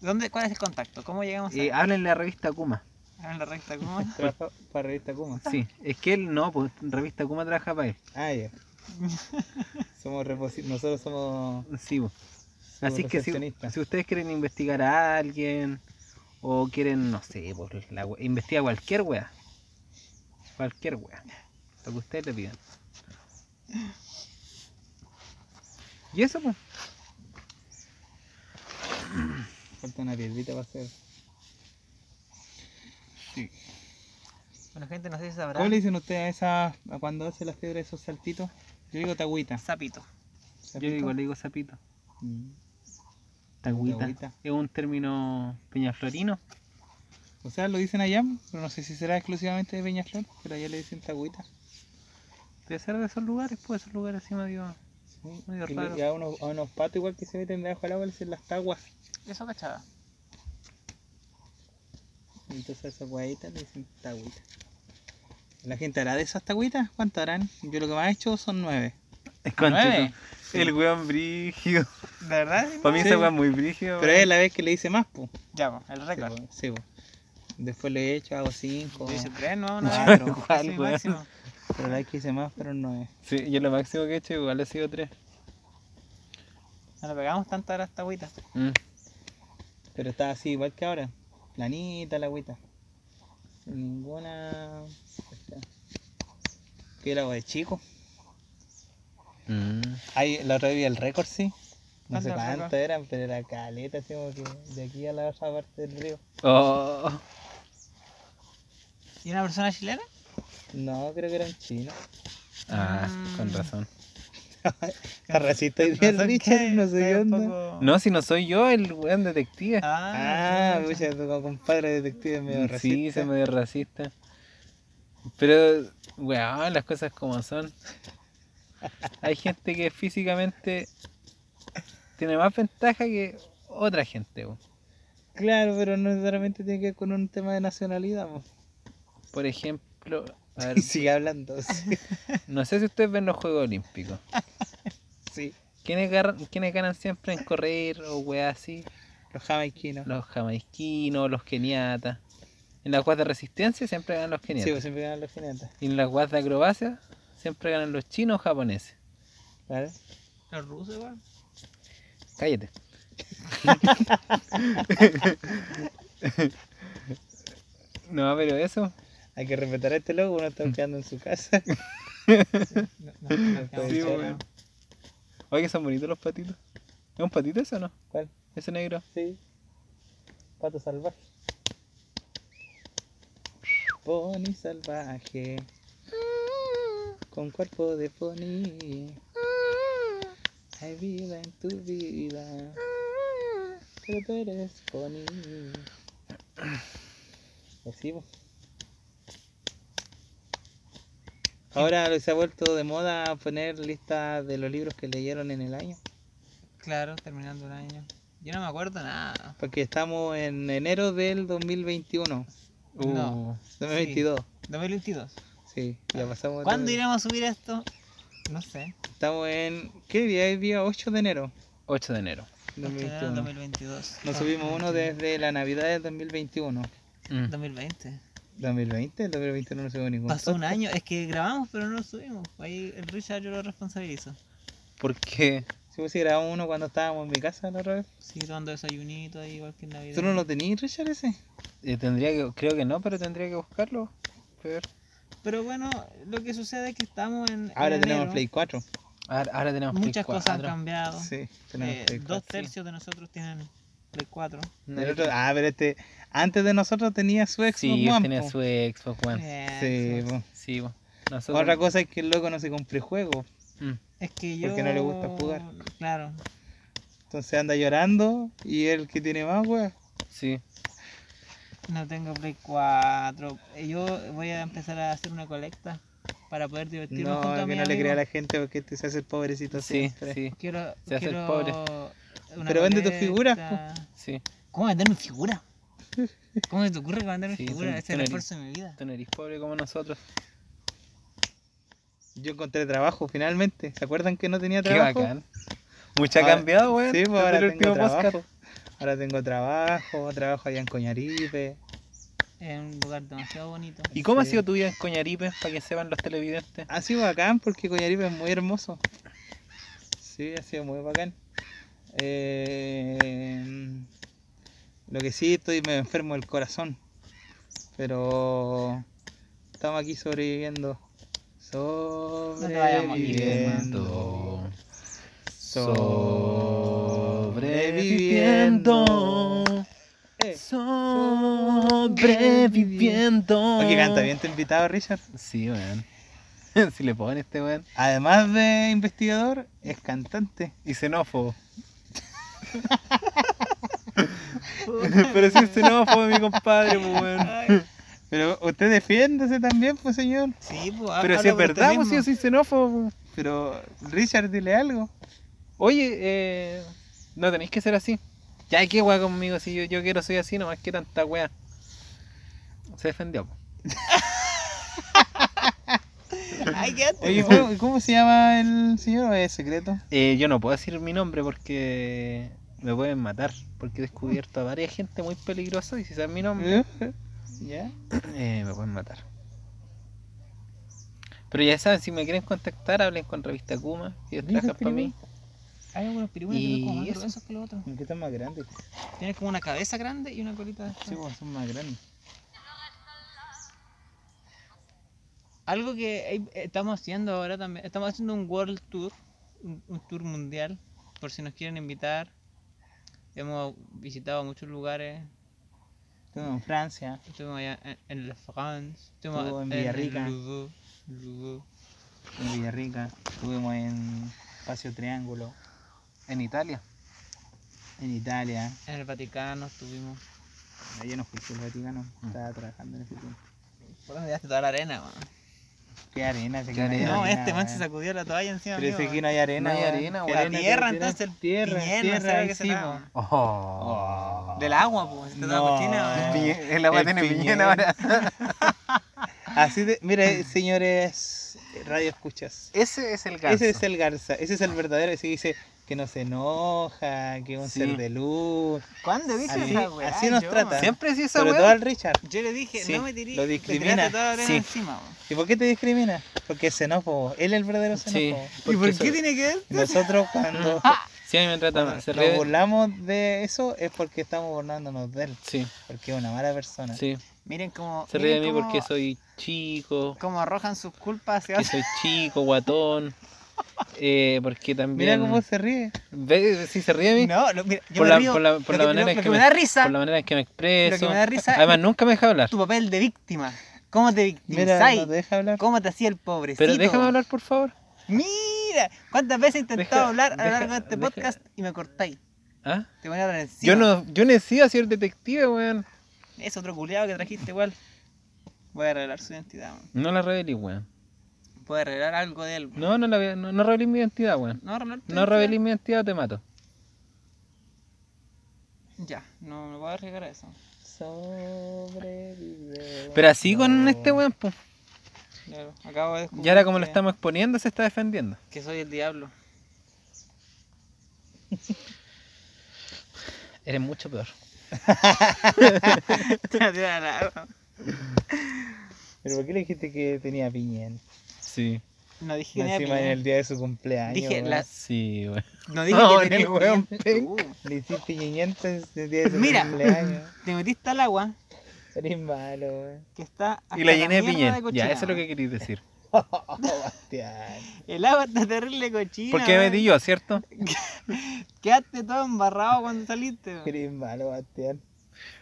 B: ¿Dónde, ¿Cuál es el contacto? ¿Cómo llegamos
A: eh,
B: a,
A: háblenle a revista Kuma.
B: a la recta? ¿Cómo?
C: Trabaja para revista Kuma.
A: Sí, es que él no, pues revista Kuma trabaja para él.
C: Ah, ya. somos reposi- Nosotros somos.
A: Sí, pues.
C: somos
A: Así que si,
C: recepcionistas.
A: si ustedes quieren investigar a alguien o quieren, no sé, por la we- investiga cualquier wea. Cualquier wea. Lo que ustedes le pidan. Y eso, pues.
C: Falta una piedrita para hacer.
B: Bueno, gente, no sé si sabrá.
C: ¿Cómo le dicen ustedes a esas. a cuando hace las piedras esos saltitos? Yo digo tagüita.
B: Zapito.
A: Yo
C: ¿Saltito?
A: igual le digo sapito.
C: Mm.
A: Tagüita.
C: Tagüita.
A: Es un término peñaflorino.
C: O sea, lo dicen allá, pero no sé si será exclusivamente de Peñaflor, pero allá le dicen tagüita.
A: Debe ser de esos lugares, pues esos lugares así medio.
C: Sí,
A: Medio
C: y,
A: raro.
C: y a, unos, a unos patos igual que se meten debajo del agua, les dicen las taguas.
B: Eso cachada.
C: Entonces a esas guaitas le dicen taguitas. ¿La gente hará de esas taguitas? ¿Cuántas harán? Yo lo que más he hecho son nueve.
A: Ah,
C: ¿Nueve?
A: El weón brígido.
B: ¿De verdad?
A: Para mí
C: Sí.
A: ese weón muy brígido.
C: Pero es la vez que le hice más, pues.
B: Ya, po, el récord.
C: Sí, po. Después lo he hecho, hago cinco.
B: Yo hice tres, no,
C: Cuatro.
B: nada.
A: ¿Cuál,
B: es mi
A: weón?
B: máximo.
C: Pero la vez que hice más, pero nueve.
A: Sí, yo lo máximo que he hecho igual ha sido tres.
B: No le pegamos tanto a las tagüitas.
A: Mm.
C: Pero está así, igual que ahora. Planita la agüita. Sin ninguna. ¿Qué era de chico?
A: Mm.
C: Ahí, la otra vez vi el récord, sí. No sé
B: ¿Cuánto récord?
C: cuánto eran, pero era caleta, así como que de aquí a la otra parte del río.
A: Oh.
B: ¿Y una persona chilena?
C: No, creo que eran chinos.
A: Ah,
B: Mm.
A: con razón.
C: Está racista y
B: Con
C: bien,
B: razón
C: Richard,
B: que
C: no sé
B: está
C: qué
B: un
C: onda.
B: poco-
A: No, si no soy yo el weón detective. Mm,
B: Ah,
C: Ah, mucha, tu compadre detective es medio racista.
A: sí, se medio racista. Pero, weón, las cosas como son. Hay gente que físicamente tiene más ventaja que otra gente, weón.
C: Claro, pero no necesariamente tiene que ver con un tema de nacionalidad. po.
A: Por ejemplo, a ver,
C: Y sigue hablando, sí.
A: no sé si ustedes ven los Juegos Olímpicos.
C: sí.
A: ¿Quiénes, garran- quiénes ganan siempre en correr o weas así?
C: Los jamaiquinos.
A: Los jamaiquinos, los keniatas. En las weas de resistencia siempre ganan los
C: sí,
A: keniatas.
C: pues siempre ganan los jinetes.
A: Y en las weas de acrobacia siempre ganan los chinos o japoneses.
C: ¿Vale?
B: Los rusos, weón.
A: Cállate. no, pero eso.
C: Hay que respetar a este loco, uno está quedando en su casa.
B: No, no, no,
C: Sí,
B: no, no.
A: weón. Oye, que son bonitos los patitos. ¿Es un patito eso o no?
C: ¿Cuál?
A: Ese negro.
C: Sí. Pato salvaje. Pony salvaje. Con cuerpo de pony. Hay vida en tu vida. Pero tú eres pony. Así, po. Ahora se ha vuelto de moda poner listas de los libros que leyeron en el año.
B: Claro, terminando el año. Yo no me acuerdo nada.
C: Porque estamos en enero del 2021.
B: No.
A: Uh,
C: 2022.
B: 2022.
C: Sí, ya pasamos.
B: ¿Cuándo
C: de-
B: iremos a subir esto? No sé.
C: Estamos en. ¿Qué día es? Día 8 de enero.
A: 8 de enero.
B: 2021.
C: 2021.
B: 2022.
C: Nos subimos uno desde la Navidad del 2021.
A: Mm.
B: 2020.
C: 2020, el 2021 no subimos ningún.
B: Pasó
C: podcast.
B: un año. Es que grabamos, pero no lo subimos. Ahí el Richard yo lo responsabilizo.
A: ¿Por qué?
C: Si vos grabamos pues uno cuando estábamos en mi casa la otra vez.
B: Sí, tomando desayunito ahí, igual que en Navidad.
C: ¿Tú no lo tenías, Richard, ese?
A: Eh, tendría que, creo que no, pero tendría que buscarlo. Pero
B: Pero bueno, lo que sucede es que estamos en. en
C: Ahora tenemos
B: enero.
C: Play 4.
A: ahora, ahora tenemos Play
B: Muchas cosas han
A: 4.
B: cambiado.
C: Sí, tenemos
B: Eh,
C: Play
B: dos
C: 4.
B: tercios de nosotros tienen Play 4.
A: No,
C: El
A: yo-
C: otro- ah, pero este. Antes de nosotros tenía su Xbox
A: sí, yo
C: One,
A: tenía
C: po.
A: su Xbox One.
B: Eh,
C: Sí, pues. po.
A: Sí, po. Nosotros-
C: Otra cosa es que el loco no se compre juegos.
A: Mm.
B: Es que yo.
C: Porque no le gusta jugar.
B: Claro.
C: Entonces anda llorando y el que tiene más, weón.
A: Sí.
B: No tengo Play 4. Eh, Yo voy a empezar a hacer una colecta para poder divertirme
C: No,
B: junto a
C: que
B: mis
C: no le crea a
B: amigos.
C: la gente porque este se hace el pobrecito
A: Sí,
C: siempre.
A: sí,
B: Quiero,
A: Se hace el
B: quiero
A: pobre.
B: una
C: Pero vende tus
B: colecta.
C: figuras,
A: sí.
B: ¿Cómo vender mi figura? ¿Cómo se te ocurre que vender mi
A: Sí,
B: figura?
A: tú-
B: Ese es
A: tú
B: el
A: no eres-
B: esfuerzo de mi vida.
A: Tú no eres pobre como nosotros.
C: Yo encontré trabajo finalmente. ¿Se acuerdan que no tenía
A: Qué
C: trabajo?
A: bacán. Mucho ha
C: Ahora-
A: cambiado, weón.
C: Sí, pues
A: desde
C: ahora
A: el
C: tengo
A: último
C: trabajo.
A: podcast.
C: Ahora tengo trabajo, trabajo allá en Coñaripe.
B: Es un lugar demasiado bonito.
A: ¿Y cómo ha
C: Sí.
A: sido tu vida en Coñaripe? Para que sepan los televidentes.
C: Ha sido bacán porque Coñaripe es muy hermoso. Sí, ha sido muy bacán. Eh, lo que sí, estoy medio enfermo del corazón. Pero estamos aquí sobreviviendo.
B: te vayas a morir,
C: Sobreviviendo.
A: Sobreviviendo.
C: Eh.
A: Sobreviviendo.
C: Oye, canta bien tu invitado, Richard.
A: Sí, weón. si le ponen este weón.
C: Además de investigador, es cantante.
A: Y xenófobo. Pero sí es xenófobo, mi compadre, pues, weón.
B: Ay,
C: Pero usted defiéndase también, pues señor.
B: sí, pues,
A: Pero
B: habla
A: si es
B: por usted
A: verdad, pues
B: mismo.
A: sí, yo soy xenófobo. pues.
C: Pero Richard, dile algo.
A: Oye, eh, no tenéis que ser así. Ya hay que weá conmigo, si yo, yo quiero soy así, nomás que tanta weá. Se defendió. pues.
B: Ay, quédate.
C: Oye, pues. ¿cómo, cómo se llama el señor? ¿Es secreto?
A: Eh, yo no puedo decir mi nombre porque me pueden matar. Porque he descubierto a varias gente muy peligrosa y si saben mi nombre,
C: ¿Ya?
A: Eh, me pueden matar. Pero ya saben, si me quieren contactar, hablen con Revista Kuma, que
C: Dijo
A: trabajan para mí.
B: Hay algunos piribunes que son como
A: Y
B: más
A: eso.
B: gruesos que los otros.
C: ¿Qué están más grandes?
B: Tienes como una cabeza grande y una colita.
C: Sí, pues son más grandes.
B: Algo que eh, estamos haciendo ahora también. Estamos haciendo un World Tour, un, un tour mundial, por si nos quieren invitar. Hemos visitado muchos lugares.
C: Estuvimos en Francia.
B: Estuvimos allá en, en La France, estuvimos
C: Estuvo en Villarrica.
B: Louvre, Louvre.
C: En Villarrica. Estuvimos en Espacio Triángulo.
A: En Italia.
C: En Italia.
B: en el Vaticano estuvimos.
C: Ayer nos fuimos al Vaticano. Estaba trabajando en ese tiempo.
B: ¿Por dónde dejaste toda la arena, man?
C: Qué arena. si aquí
A: Qué
C: no hay
A: arena.
B: No,
C: arena,
B: este man se
C: weón.
B: sacudió la toalla encima.
C: Pero si
B: mío,
C: aquí
B: weón.
C: no hay arena.
A: No hay
C: weón.
A: arena,
C: ¿Qué
A: weón.
B: La
C: arena,
B: tierra,
C: qué
B: entonces. el
C: Tierra,
B: Piñera,
C: tierra,
B: ¿sabe
C: ahí
B: qué se
C: sí,
B: traba?
C: po.
A: Oh.
B: Del agua, pues. Está toda
C: No.
B: cochina, weón.
C: Piñe-
A: El
C: agua
A: agua
C: tiene
A: tiene
C: piñera
A: piñera ahora.
C: Así de, mire, señores, radio escuchas.
A: Ese es el
C: Ese es el Garza, ese es el verdadero, ese dice que no se enoja, que es un
A: Sí.
C: ser de luz.
B: ¿Cuándo dije
C: Así-
B: esa weá?
C: así nos
B: Yo,
C: trata.
B: weón.
A: Siempre sí esa
C: Sobre
A: weá.
C: todo al Richard.
B: Yo le dije,
A: Sí,
B: no me tiré.
C: lo
B: te
C: discrimina.
B: tiraste toda la arena
A: Sí.
B: encima, weón.
C: ¿Y por qué te discrimina? Porque es xenófobo, él es el verdadero
A: Sí. Ah,
C: xenófobo.
B: ¿Y por
A: soy-
B: qué tiene que ver?
C: Nosotros cuando
A: Sí, a mí me tratan. Se
C: nos
A: ríe.
C: burlamos de eso es porque estamos burlándonos de él,
A: Sí,
C: porque es una mala persona.
A: sí.
B: Miren cómo.
A: Se ríe de
B: miren
A: mí
B: cómo-
A: porque soy chico,
B: Cómo arrojan sus culpas hacia
A: que
B: otros.
A: soy chico, guatón. Eh, porque
C: Mira
A: también.
C: cómo se ríe.
A: ¿Ves? Sí, se ríe de mí.
B: No, lo, mira, yo
A: Por
B: me
A: la-
B: río.
A: por la- por la
B: lo que,
A: manera
B: lo-
A: en que
B: lo que me
A: me-
B: da risa
A: Por la manera en que me expreso.
B: Lo que me da risa es-
A: Además, nunca me deja hablar.
B: tu papel de víctima. ¿Cómo te
C: Mira,
B: victimizáis?
C: no te deja hablar.
B: ¿Cómo te hacía el pobrecito?
A: Pero déjame hablar, por favor.
B: Mira, cuántas veces he intentado
A: Deja-
B: hablar a lo
A: deja-
B: largo de este
A: deja-
B: podcast y me cortáis.
A: ¿Ah?
B: Te voy a hablar encima.
A: Yo no, yo necesito ser detective, weón.
B: Es otro culiado que trajiste igual. Voy a revelar su identidad. weón.
A: No la revelé, weón.
B: Voy a revelar algo de él. weón.
A: No, no la voy a- no, no revelé mi identidad, weón.
B: No, revelar tu
A: No
B: identidad.
A: revelé mi identidad, te mato.
B: Ya, no me voy a arriesgar a eso.
C: Sobrevive.
A: Pero así con
C: No.
A: este weón, pues.
B: Ya, acabo de descubrir.
A: Y ahora como lo
B: que-
A: estamos exponiendo, se está defendiendo.
B: Que soy el diablo.
A: Eres mucho peor.
B: Te
C: ¿Pero por qué le dijiste que tenía piña?
A: Sí.
B: No dije que tenía
C: Encima en
B: opinión.
C: el día de su cumpleaños.
B: Dije,
C: weón.
B: la-
A: Sí, bueno.
B: No dije
C: No,
B: que
C: en el
B: tenía
C: weón,
B: opinión.
C: pen.
B: Uh,
C: Le hiciste ñeñento en el día de su
B: Pues Mira.
C: cumpleaños.
B: te metiste al agua
C: Eres malo, eh. weón.
B: que está hasta
A: Y la llené de
B: mierda
A: piñén. ya,
B: cochina,
A: eso es lo que
B: weón.
A: queréis decir.
C: Oh, Bastián.
B: El agua está terrible cochina.
A: ¿Por qué me
B: weón.
A: di yo, cierto?
B: Quedaste todo embarrado cuando saliste. weón.
C: Eres malo, Bastián.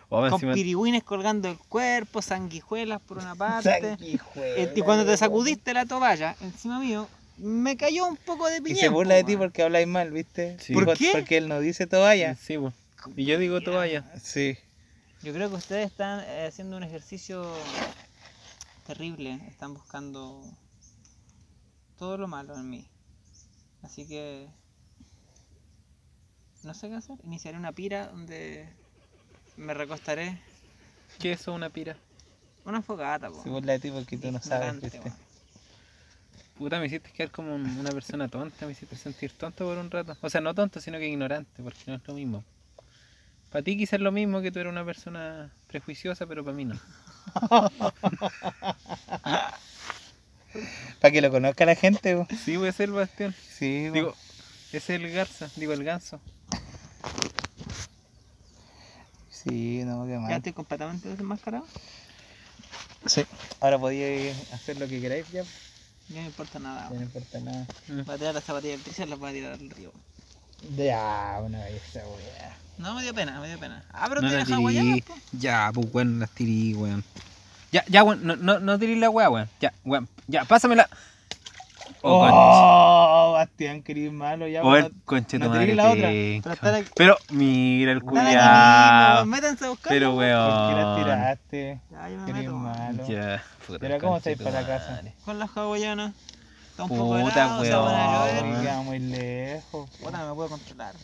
A: Oh,
B: Con
A: encima-
B: pirigüines colgando el cuerpo, sanguijuelas por una parte.
C: Sanguijuela,
B: El- Y cuando te
C: weón.
B: sacudiste la toalla encima mío, me cayó un poco de
C: Y
B: piñén.
C: se burla de
B: po,
C: ti
B: weón.
C: porque habláis mal, ¿viste?
A: Sí.
B: ¿Por
C: Por-
B: qué?
C: Porque él no dice toalla.
A: Sí, bueno. Y yo digo toalla.
C: Sí.
B: Yo creo que ustedes están eh, haciendo un ejercicio terrible. Están buscando todo lo malo en mí. Así que. No sé qué hacer. Iniciaré una pira donde me recostaré.
A: ¿Qué es eso, una pira?
B: Una fogata, po.
C: Se burla de ti porque tú no sabes,
B: Ignorante,
C: ¿viste?
B: weón.
A: Puta, me hiciste quedar como un- una persona tonta, me hiciste sentir tonto por un rato. O sea, no tonto, sino que ignorante, porque no es lo mismo. Para ti quizás es lo mismo que tú eres una persona prejuiciosa, pero para mí no.
C: Para que lo conozca la gente, weón.
A: Sí, pues, voy a ser Bastián.
C: Sí, weón.
A: Digo, es el garza, digo el ganso.
C: Sí, no, qué
B: Ya
C: mal.
B: estoy completamente desmascarado.
C: Sí. Ahora podéis hacer lo que queráis, ya.
B: Ya no me importa nada.
C: Ya no importa nada.
B: Voy a tirar las zapatillas eléctricas y las voy a tirar al río.
C: Ya, una belleza, weá.
B: No, me dio pena, me dio pena. Ah, pero
A: No la
B: tienes
A: tirí.
B: hawaianas, po.
A: Ya, pues weón, las tirí, weón. Ya, ya, weón, no, no, no tiré la weá, weón. Ya, weón, ya, pásamela. Oh, conche-
C: Oh, Bastián, querido malo, ya.
A: oh, el
C: bueno.
A: conche
C: no
A: tu madre,
C: tiré la otra.
A: penca,
B: Tratar
A: weón.
B: de-
A: Pero mira el
B: Dale,
A: culiao.
B: camino, Métanse a buscar.
A: Pero
C: ¿Por qué la
A: weón.
C: tiraste?
B: Ya, yo me
C: Querido
B: meto. weón.
C: malo.
A: Ya, puta,
C: Pero ¿cómo
A: conche
C: estáis
A: tu
C: para la
A: madre.
C: casa?
B: Con las hawaianas. Está un
A: Puta,
B: poco helado, se
A: weón.
B: van a
A: weón.
B: llover.
C: Queda muy lejos.
B: Puta, no me puedo controlar.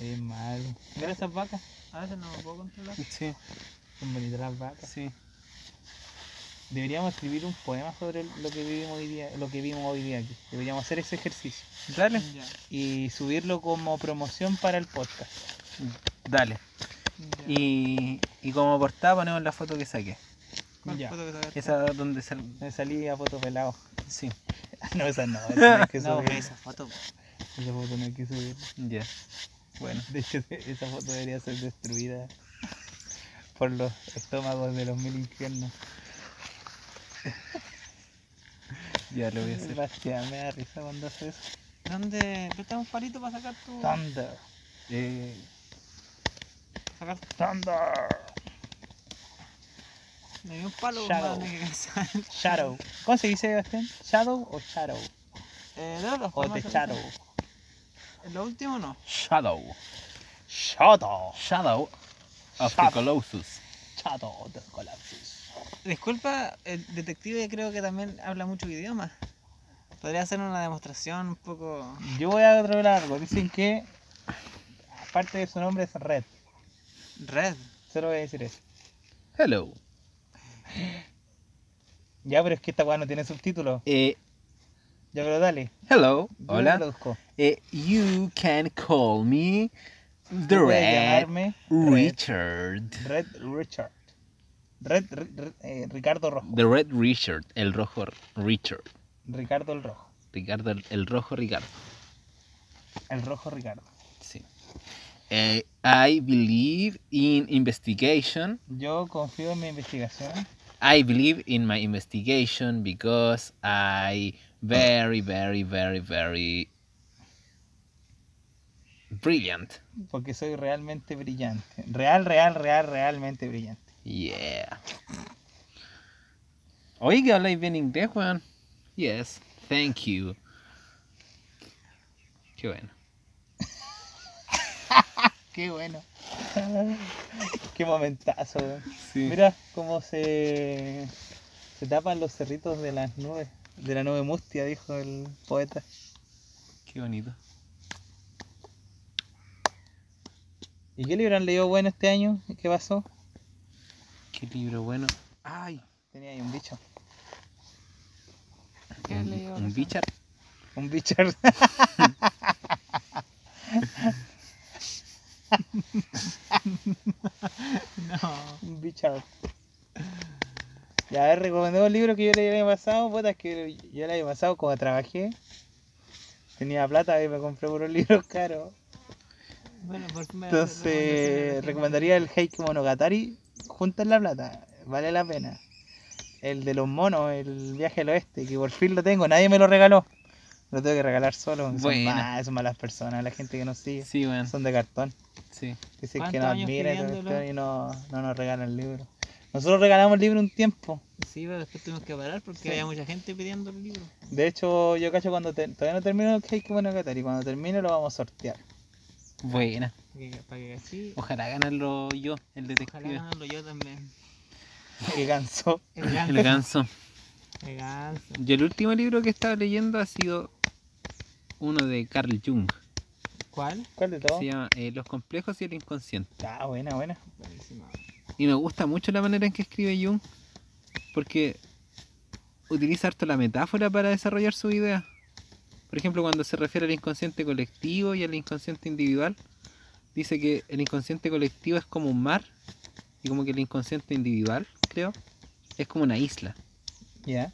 C: Es malo.
B: Mira esas vacas. A veces no me puedo controlar.
A: Sí,
C: Son bonitas las vacas.
A: sí.
C: Deberíamos escribir un poema sobre lo que vivimos hoy día, lo que vimos hoy día aquí. Deberíamos hacer ese ejercicio.
A: Dale,
B: Ya,
C: Y subirlo como promoción para el podcast.
A: dale.
B: ya.
A: Y, y como portada ponemos la foto que saqué.
B: ¿Cuál
C: Ya.
B: foto que sacaste?
A: Esa donde sal...
C: Me salí a foto pelado.
A: Sí,
C: No, esa no, esa no hay que
B: No,
C: subir.
B: hombre, esa foto. po.
C: Esa foto no hay que subir.
A: ya. Bueno.
C: De hecho, esa foto debería ser destruida por los estómagos de los mil infiernos.
A: Ya lo voy a hacer.
C: Sebastián, me da risa cuando hace eso.
B: ¿Dónde? Presta un palito para sacar tu.
C: Thunder,
A: Eh,
B: Sacar.
C: Thunder,
B: Me dio un palo,
C: Shadow.
B: weón, me cansar.
C: Shadow. ¿Cómo se dice, Sebastián? ¿Shadow o Shadow?
B: Eh, no, los
C: O
B: formas
C: The
B: son-
C: Shadow.
B: Lo último no.
A: Shadow.
C: Shadow.
A: Shadow of the
C: Shadow.
A: Colossus.
C: Shadow of the Colossus.
B: Disculpa, el detective creo que también habla mucho idioma. Podría hacer una demostración un poco.
C: Yo voy a revelar algo. Dicen que, aparte de su nombre, es Red.
B: Red.
C: Solo voy a decir eso.
A: Hello.
C: Ya, pero es que esta weá no tiene subtítulo.
A: Eh,
C: Ya, pero dale.
A: hello.
C: Yo lo
A: Hola.
C: traduzco.
A: Eh, you can call me The
C: Tú puedes
A: Red
C: llamarme Red.
A: Richard.
C: Red Richard. Red, Ri- Ri- eh, Ricardo Rojo.
A: The Red Richard. El rojo Richard.
C: Ricardo el Rojo.
A: Ricardo, el, el rojo Ricardo.
C: El Rojo Ricardo.
A: Sí. Eh, I believe in investigation.
C: Yo confío en mi investigación.
A: I believe in my investigation because I very, very, very, very brilliant.
C: Porque soy realmente brillante. Real, real, real, realmente brillante.
A: Yeah. Oye, que habláis bien inglés, weón. Yes, thank you. Qué bueno.
C: Qué bueno. Qué momentazo, weón.
A: Sí.
C: Mira cómo se, se tapan los cerritos de las nubes. De la nube mustia, dijo el poeta.
A: Qué bonito.
C: ¿Y qué libro han leído bueno este año? ¿Qué pasó?
A: Qué libro bueno. Ay,
C: Tenía ahí un bicho.
B: ¿Qué has leído
A: un
B: recién?
A: bichar.
C: Un bichar.
B: No.
C: Un bichar. Ya, a ver, recomendé un libro que yo leí el año pasado, puta, es que yo el año pasado cuando trabajé, tenía plata y me compré puros libros caros.
B: Bueno, por fin me-
C: Entonces, eh, recomendaría el Heike Monogatari, junten la plata, vale la pena. El de los monos, el viaje al oeste, que por fin lo tengo, nadie me lo regaló. Lo tengo que regalar solo, son,
A: Buena.
C: mal- son malas personas, la gente que nos sigue,
A: Sí, weón.
C: son de cartón.
A: Sí.
C: Dicen que
B: ¿Cuántos
C: nos
B: años
C: admiran y toda la
B: pidiéndolo?
C: cuestión y no, no nos regalan el libro. Nosotros regalamos el libro un tiempo.
B: Sí, pero después tuvimos que parar porque
C: Sí.
B: había mucha gente pidiendo el libro.
C: De hecho, yo cacho cuando te- todavía no termino el Heike Monogatari, cuando termine lo vamos a sortear.
A: Buena.
B: Para que, para que así.
A: Ojalá ganarlo yo, el
B: Ojalá
A: detective.
B: ganarlo yo también.
C: Que cansó.
B: El ganso.
A: El ganso.
B: El ganso.
A: Y el último libro que he estado leyendo ha sido uno de Carl Jung.
B: ¿Cuál?
C: ¿Cuál de todos?
A: Se llama eh, Los complejos y el inconsciente.
C: Ah, buena, buena.
B: Buenísimo.
A: Y me gusta mucho la manera en que escribe Jung porque utiliza harto la metáfora para desarrollar su idea. Por ejemplo, cuando se refiere al inconsciente colectivo y al inconsciente individual, dice que el inconsciente colectivo es como un mar y como que el inconsciente individual, creo, es como una isla.
C: Ya.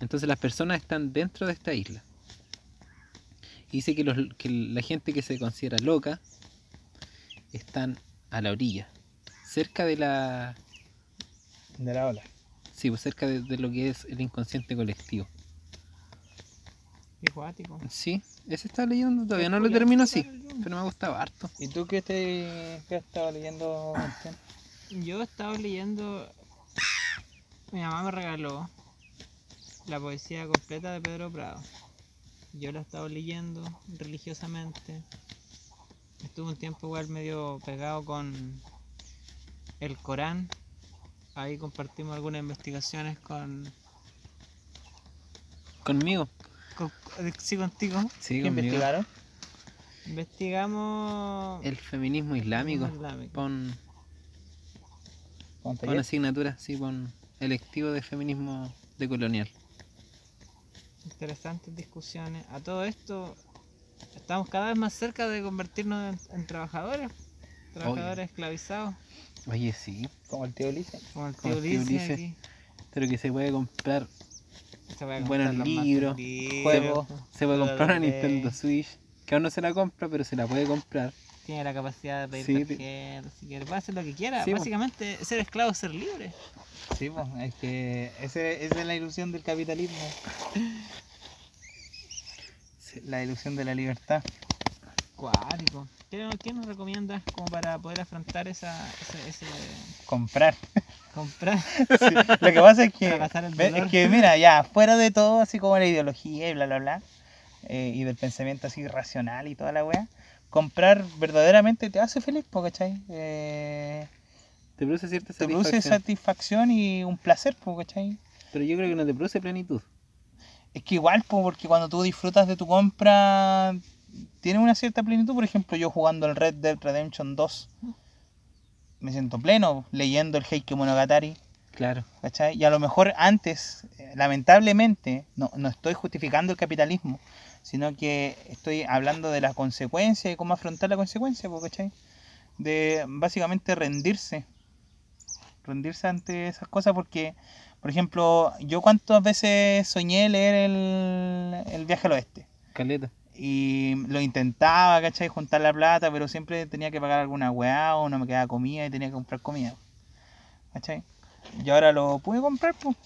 A: Entonces las personas están dentro de esta isla. Y dice que, los- que la gente que se considera loca están a la orilla, cerca de la,
C: De la ola.
A: sí, pues, cerca de, de lo que es el inconsciente colectivo.
B: Qué guático.
A: Sí, ese estaba leyendo, todavía no lo termino así, pero me gustaba harto.
C: ¿Y tú qué te qué has estado leyendo? Cristian?
B: Yo estaba leyendo. Mi mamá me regaló la poesía completa de Pedro Prado. Yo la he estado leyendo religiosamente. Estuve un tiempo igual medio pegado con el Corán. Ahí compartimos algunas investigaciones con.
A: Conmigo.
B: con sí, contigo.
A: Sí,
C: ¿Qué
A: conmigo.
C: investigaron?
B: Investigamos.
A: El feminismo islámico.
B: Islámico.
A: Pon, pon
C: ¿Con taller?
A: asignatura, sí, pon electivo de feminismo decolonial.
B: Interesantes discusiones. A todo esto, estamos cada vez más cerca de convertirnos en, en trabajadores. Trabajadores esclavizados.
A: Oye, sí,
C: Como el tío Ulises.
B: Como el
A: Como
B: tío
A: el tío
B: Ulises.
A: Ulises.
B: aquí.
A: pero que se puede comprar
B: Se va a
A: Buenos
B: comprar los más
A: libros,
B: libros,
C: juegos.
A: Se puede
B: Claro,
A: comprar una
B: ok.
A: Nintendo Switch, que aún no se la compra, pero se la puede comprar.
B: Tiene la capacidad de pedir
A: Sí, te-
B: tarjetas, si quiere, puede hacer lo que quiera.
A: Sí, po.
B: Básicamente, ser esclavo es ser libre.
C: Sí, pues, es que ese- esa es la ilusión del capitalismo. Sí, La ilusión de la libertad.
B: Cuático. ¿Qué, qué nos recomiendas como para poder afrontar esa, ese, ese
C: Comprar.
B: comprar?
C: Sí, Lo que pasa es que,
B: Abrazar el
C: ve-
B: dolor.
C: es que, mira, ya, fuera de todo, así como la ideología y bla, bla, bla, eh, y del pensamiento así racional y toda la wea, comprar verdaderamente te hace feliz, po, ¿cachai? Eh,
A: Te produce cierta
C: te produce
A: satisfacción.
C: satisfacción y un placer, po, ¿cachai?
A: Pero yo creo que no te produce plenitud.
C: Es que igual, po, porque cuando tú disfrutas de tu compra, tiene una cierta plenitud. Por ejemplo, yo jugando el Red Dead Redemption 2, me siento pleno, leyendo el Heike Monogatari.
A: Claro.
C: ¿cachai? Y a lo mejor antes, eh, lamentablemente, no, no estoy justificando el capitalismo, sino que estoy hablando de la consecuencia y cómo afrontar la consecuencia, po, ¿cachai? De básicamente rendirse, rendirse ante esas cosas porque, por ejemplo, yo cuántas veces soñé leer el, el viaje al oeste.
A: Caleta.
C: Y lo intentaba, ¿cachai? Juntar la plata, pero siempre tenía que pagar alguna weá o no me quedaba comida y tenía que comprar comida. ¿Cachai? Y ahora lo pude comprar, pues.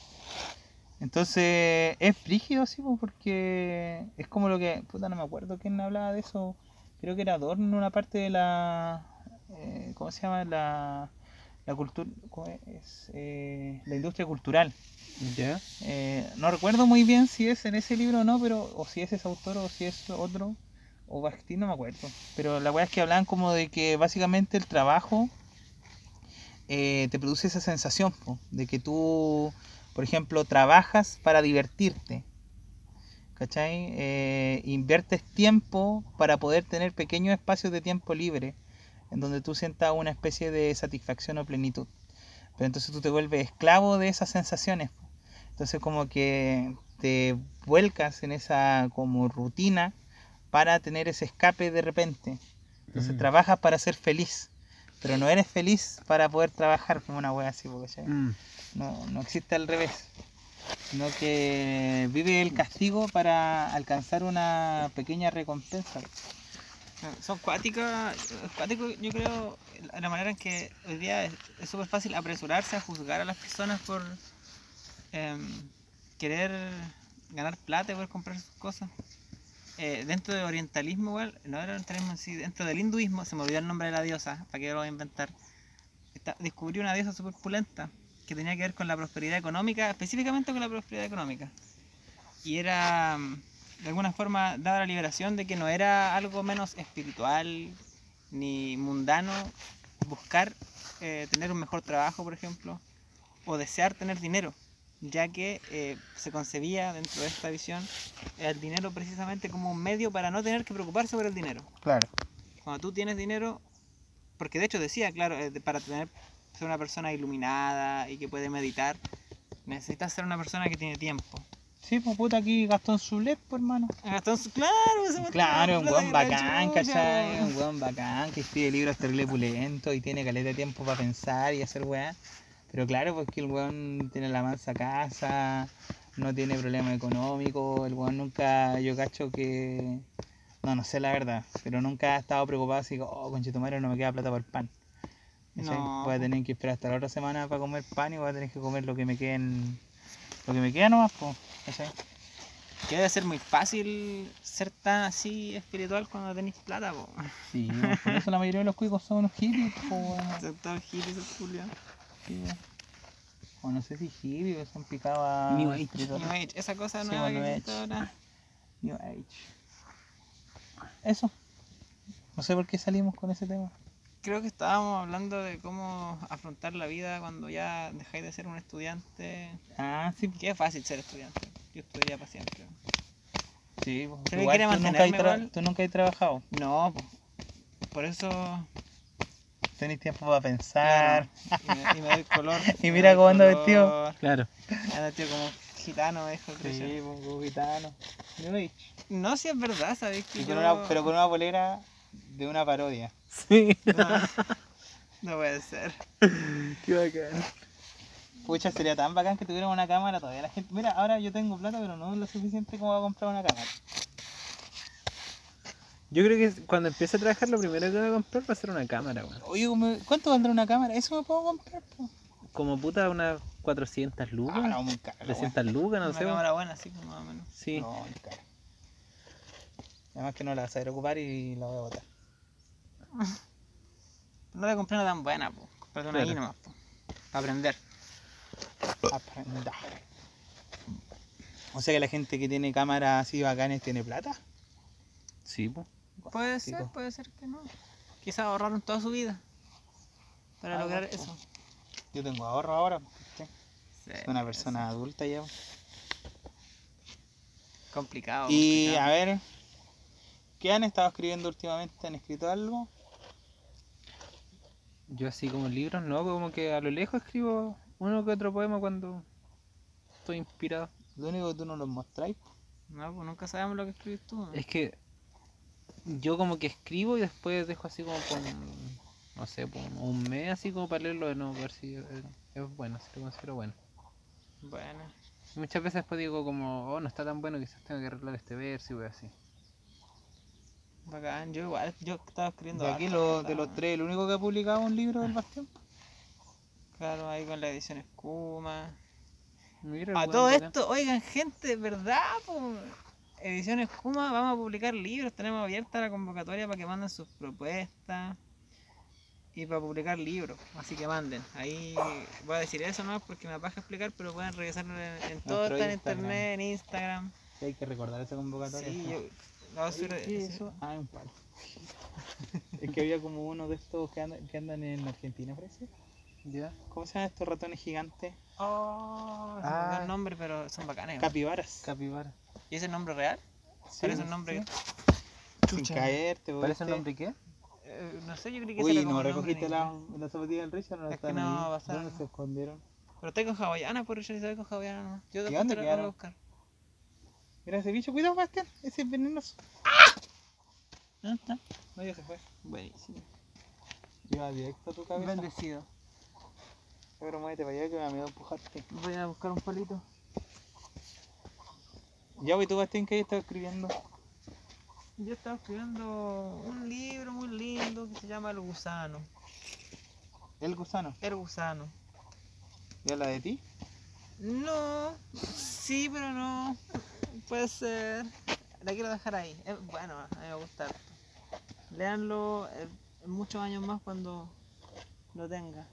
C: Entonces es frígido, sí, pues, porque es como lo que. Puta, no me acuerdo quién hablaba de eso. Creo que era Adorno en una parte de la. eh, ¿Cómo se llama? La. La cultura. es? Eh, la industria cultural.
A: Ya.
C: Eh, no recuerdo muy bien si es en ese libro o no, pero o si es ese autor o si es otro, o Bakhtin, no me acuerdo. Pero la verdad es que hablan como de que básicamente el trabajo eh, te produce esa sensación, po, de que tú, por ejemplo, trabajas para divertirte. ¿Cachai? Eh, inviertes tiempo para poder tener pequeños espacios de tiempo libre, en donde tú sientas una especie de satisfacción o plenitud. Pero entonces tú te vuelves esclavo de esas sensaciones. po. Entonces como que te vuelcas en esa como rutina para tener ese escape de repente. Entonces
A: Mm.
C: trabajas para ser feliz. Pero no eres feliz para poder trabajar como una wea así, po, ¿cachai?
A: Mm.
C: No, no existe al revés. Sino que vive el castigo para alcanzar una pequeña recompensa.
B: Son cuáticas, es cuático, yo creo, la manera en que hoy día es es súper fácil apresurarse a juzgar a las personas por em, querer ganar plata y poder comprar sus cosas. Eh, dentro del orientalismo, igual, no era orientalismo en sí, dentro del hinduismo, se me olvidó el nombre de la diosa, para que lo voy a inventar. Esta- descubrí una diosa súper pulenta que tenía que ver con la prosperidad económica, específicamente con la prosperidad económica. Y era, mm, de alguna forma, dada la liberación de que no era algo menos espiritual ni mundano buscar eh, tener un mejor trabajo, por ejemplo, o desear tener dinero, ya que eh, se concebía dentro de esta visión el dinero precisamente como un medio para no tener que preocuparse por el dinero
C: Claro.
B: cuando tú tienes dinero, porque de hecho decía, claro, eh, de- para tener, ser una persona iluminada y que puede meditar, necesitas ser una persona que tiene tiempo.
C: Sí, pues puta, aquí Gastón Zulet, pues hermano.
B: Entonces, claro, ese weón tiene
C: Claro, un
B: plata
C: weón
B: que la
C: bacán,
B: chucha,
C: ¿cachai?
B: weón.
C: Un weón bacán que escribe libros terrible pulento y tiene caleta de tiempo para pensar y hacer weá. Pero claro, pues que el weón tiene la mansa casa, no tiene problema económico, el weón nunca, yo cacho que. No, no sé la verdad, pero nunca ha estado preocupado así, como, oh, conchetumare, no me queda plata para el pan. ¿Cachai?
B: No.
C: Voy a tener que esperar hasta la otra semana para comer pan y voy a tener que comer lo que me quede en- Lo que me queda nomás, pues. ¿cachai?
B: Que debe ser muy fácil ser tan así espiritual cuando tenés plata, po.
C: Sí, weón, por eso la mayoría de los cuicos son unos hippies, po, weón.
B: Ser todo hippie, ser Julio.
C: Sí, weón. O no sé si hippie o son picadas.
A: New Age.
C: espirituales.
B: New Age, esa cosa
C: Sí,
B: nueva
C: bueno,
B: que
C: New
B: existe
C: Age.
B: ahora.
C: New Age. Eso. No sé por qué salimos con ese tema.
B: Creo que estábamos hablando de cómo afrontar la vida cuando ya dejáis de ser un estudiante.
C: Ah, sí.
B: Qué fácil ser estudiante. Yo estudiaría para siempre.
C: Sí, pues,
B: que
C: igual
B: quiere
C: tú nunca, has
B: mantenerme,
C: tra-
B: igual.
C: tú nunca has trabajado.
B: No, po. por eso.
C: Tenés tiempo para pensar.
B: claro, y, me, y me doy color.
C: Y
B: me
C: mira
B: doy
C: cómo ando
B: color.
C: vestido.
A: Claro.
B: Ando vestido como gitano, me dijo el Cristian.
C: pues, como gitano. New Age.
B: No, si es verdad, ¿sabéis que
C: Y
B: yo...
C: con una- pero con una bolera de una parodia.
A: Sí.
B: No, no puede ser.
A: Qué bacán.
C: Pucha, sería tan bacán que tuviéramos una cámara todavía. La gente, mira, ahora yo tengo plata, pero no es lo suficiente como para comprar una cámara.
A: Yo creo que cuando empiece a trabajar lo primero que voy a comprar va a ser una cámara, weón.
C: Oye, me- ¿cuánto valdrá una cámara? ¿Eso me puedo comprar? po?
A: Como puta unas 400
C: Ah,
A: lucas.
C: no, muy caro. weón.
A: 300 lucas, no
B: una
A: sé. weón.
B: cámara buena, así como más o menos.
A: Sí.
C: No, muy caro. Además que no la vas a saber ocupar y la voy a botar.
B: No la compré una tan buena, po. Compré una ahí
A: Claro.
B: nomás, po. Para aprender.
C: Aprenda. O sea que la gente que tiene cámaras así bacanes tiene plata.
A: Sí, po.
B: Puede
C: Chico.
B: ser, puede ser que no. Quizás ahorraron toda su vida. Para
C: Ah,
B: lograr
C: po.
B: eso.
C: Yo tengo ahorro ahora. pues, ¿cachai?
B: Sí,
C: Soy una
B: puede
C: persona
B: ser.
C: adulta ya. pues.
B: Complicado.
C: Y
B: complicado.
C: a ver, ¿qué han estado escribiendo últimamente? ¿Han escrito algo?
A: Yo así como libros, no, como que a lo lejos escribo uno que otro poema cuando estoy inspirado.
C: Lo único que tú no los mostráis.
B: No, pues nunca sabemos lo que escribís tú. ¿no?
A: Es que yo como que escribo y después dejo así como por, un- no sé, por un- un mes así como para leerlo de nuevo, para ver si eh, es bueno, si lo considero bueno.
B: Bueno.
A: Y Muchas veces después digo como, oh, no está tan bueno, quizás tenga que arreglar este verso y voy así.
B: Bacán, yo igual, yo estaba escribiendo.
C: De aquí,
B: harto,
C: lo-
B: harto,
C: de los
B: ¿no?
C: tres, el único que ha publicado un libro del Bastión. pues.
B: Claro, ahí con la edición Escuma.
A: Mira,
B: A
A: weón,
B: todo
A: bacán.
B: esto, oigan, gente, ¿verdad? po? Edición Escuma, vamos a publicar libros, tenemos abierta la convocatoria para que manden sus propuestas y para publicar libros, así que manden. Ahí voy a decir eso no porque me apaga explicar, pero pueden revisarlo en, en todo,
C: Nuestro
B: está en
C: Instagram.
B: internet, en Instagram.
C: Sí, hay que recordar esa convocatoria.
B: Sí, yo lo voy a subir-
C: ¿Qué es eso? Ah, un palo. es que había como uno de estos que andan, que andan en Argentina, parece.
A: ¿Ya?
C: ¿Cómo se llaman estos ratones gigantes?
B: Oh, se me olvidó
C: Ah.
B: el nombre, pero son bacanes. ¿no?
C: Capibaras.
A: Capibara.
B: ¿Y ese nombre real?
C: Sí,
B: Parece un nombre.
C: Sin
B: Chucha.
C: caerte,
A: ¿Parece el
C: ¿viste?
A: nombre qué?
B: eh, no sé, yo creí que ese
C: Uy,
B: era como
C: no
B: el nombre
C: recogiste
B: en
C: la,
B: inglés.
C: la zapatilla del Richard, no
B: Es que
C: están
B: no,
C: ahí.
B: pasaron.
C: ¿Dónde se escondieron?
B: Pero estoy con hawaiana, por Richard, estoy con hawaiana nomás. Yo después
C: dónde
B: te lo voy a
C: quedaron?
B: buscar.
C: Mira ese bicho, cuidado, Bastián, ese es venenoso.
B: ¿Dónde está?
C: No, ya se fue.
B: Buenísimo.
C: Iba directo a tu cabeza.
B: Bendecido.
C: Pero muévete para allá que me da miedo empujarte.
B: Voy a buscar un palito.
C: Ya, güey, tú, Bastián, que ahí estaba escribiendo.
B: Yo estaba escribiendo un libro muy lindo que se llama El Gusano.
C: El gusano.
B: El Gusano.
C: ¿Ya la de ti?
B: No, sí, pero no. Puede ser. La quiero dejar ahí. Eh, bueno, a mí me gusta. harto. Leanlo eh, en muchos años más cuando lo tenga.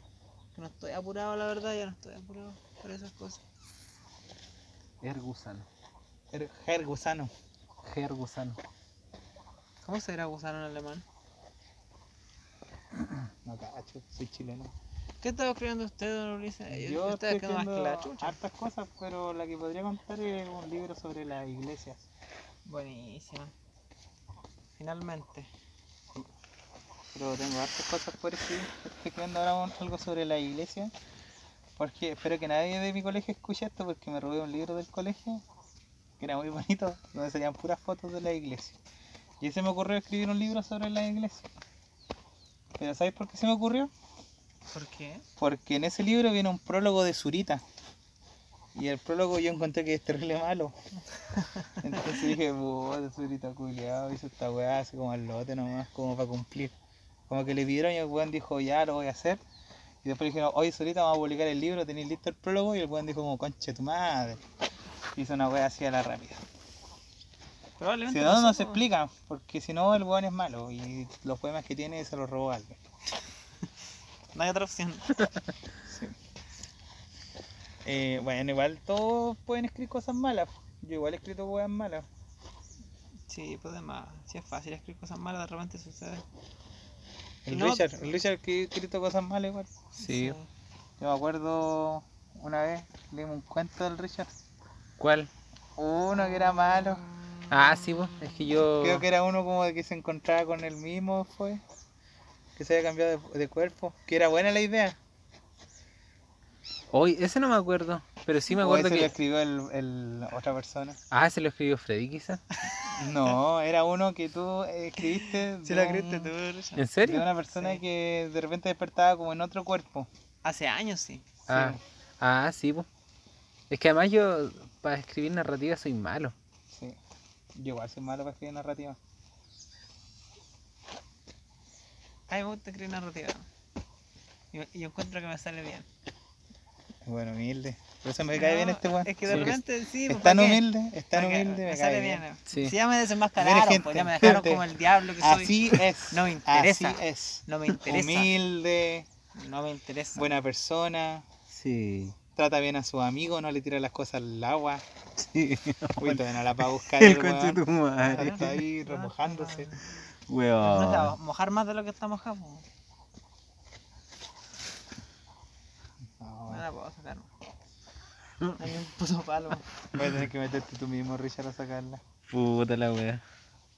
B: Que no estoy apurado, la verdad, ya no estoy apurado por esas cosas.
A: Er gusano.
C: El her Er, gusano.
A: Her gusano.
B: ¿Cómo se dirá gusano en alemán?
C: No cacho, soy chileno.
B: ¿Qué estaba escribiendo usted, don Ulises? Eh,
C: Yo
B: me
C: estoy
B: estaba quedando más que
C: haciendo
B: la chucha.
C: hartas cosas, pero la que podría contar es un libro sobre las iglesias.
B: Buenísima. Finalmente.
C: Pero tengo hartas cosas por escribir. Estoy escribiendo ahora un- algo sobre la iglesia. Porque espero que nadie de mi colegio escuche esto porque me robé un libro del colegio que era muy bonito, donde salían puras fotos de la iglesia. Y ahí se me ocurrió escribir un libro sobre la iglesia. Pero ¿sabes por qué se me ocurrió?
B: ¿Por qué?
C: Porque en ese libro viene un prólogo de Zurita. Y el prólogo yo encontré que es terrible malo. Entonces dije, puta, Zurita culiado, hizo esta weá así como al lote nomás, como para cumplir. Como que le pidieron y el weón dijo, ya lo voy a hacer. Y después le dijeron, oye Zurita, vamos a publicar el libro, tenéis listo el prólogo. Y el weón dijo, como, conche tu madre. Hizo una weá así a la rápida. Si
B: Probablemente.
C: no, no
B: pasó,
C: se
B: po.
C: explica, porque si no, el weón es malo. Y los poemas que tiene se los robó alguien.
B: No hay otra opción.
C: Eh, bueno, igual todos pueden escribir cosas malas. Yo igual he escrito cosas malas.
B: Sí, pues además, si es fácil escribir cosas malas, de repente sucede.
C: El
B: No.
C: Richard, el Richard que ha escrito cosas malas igual.
A: Sí.
C: Yo me acuerdo una vez, leímos un cuento del Richard.
A: ¿Cuál?
C: Uno que era malo.
A: Ah, sí, vos. Es que yo.
C: Creo que era uno como de que se encontraba con el mismo, fue. Que se había cambiado de, de cuerpo. Que era buena la idea.
A: Hoy, ese no me acuerdo. Pero sí me
C: O
A: acuerdo
C: eso
A: que.
C: lo escribió el, el- otra persona.
A: Ah, se lo escribió Freddy, quizás.
C: No, era uno que tú eh, escribiste.
B: Si
C: de
B: la
C: un-
B: escribiste tú, Richard.
A: ¿En
C: De
A: serio?
C: una persona
B: Sí.
C: que de repente despertaba como en otro cuerpo.
B: Hace años, sí.
A: Ah, ah sí, pues. Es que además yo, para escribir narrativa, soy malo.
C: Sí. Yo igual soy malo para escribir narrativa.
B: A mí me gusta escribir narrativa. Y y yo encuentro que me sale bien.
C: Bueno, humilde. Por eso me cae bien
B: No,
C: este weón.
B: Es que de
A: Sí.
B: repente sí.
C: es
B: pues,
C: tan
B: ¿para qué?
C: humilde, es tan
B: ¿Para qué?
C: humilde, me,
B: me
C: cae
B: sale
C: bien.
B: bien.
A: Sí.
B: Si ya me desenmascararon,
C: Miren,
B: pues
C: gente,
B: ya me dejaron
C: gente.
B: como el diablo que soy.
C: Así es.
B: No me interesa.
C: Así es.
B: No me interesa.
C: Humilde,
B: No me interesa.
C: buena persona,
A: Sí.
C: trata bien a sus amigos, no le tira las cosas al agua.
A: Sí.
C: Uy, todavía no la va a buscar
A: El
C: el
A: conche
C: weón.
A: tu
B: Ah,
A: madre.
C: está ahí
B: ah,
C: remojándose.
B: ah, ah. No se va a
A: Weón.
B: mojar más de lo que está mojado. pues.
C: No,
B: No
C: weón.
B: la puedo sacar. más. No hay un puto palo.
C: Voy a tener que meterte tú mismo, Richard, a sacarla.
A: Puta la wea.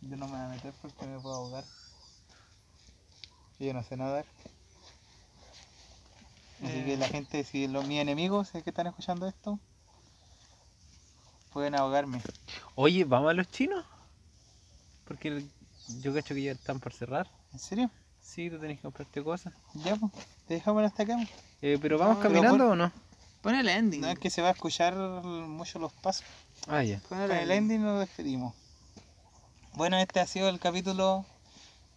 C: Yo no me voy a meter porque me puedo ahogar. Yo no sé nadar. Así que
B: Eh.
C: la gente, si los mis enemigos es que están escuchando esto, pueden ahogarme.
A: Oye, ¿vamos a los chinos? Porque el- yo cacho que ya están por cerrar.
C: ¿En serio?
A: Sí, tú tenés que comprarte cosas.
C: Ya, pues, te dejamos hasta acá. pues.
A: Eh, pero vamos
B: No, pero
A: caminando o no?
B: Pon el ending.
C: No es que se va a escuchar mucho los pasos.
A: Ah, ya.
B: Pon
C: Con el ending nos despedimos. Bueno, este ha sido el capítulo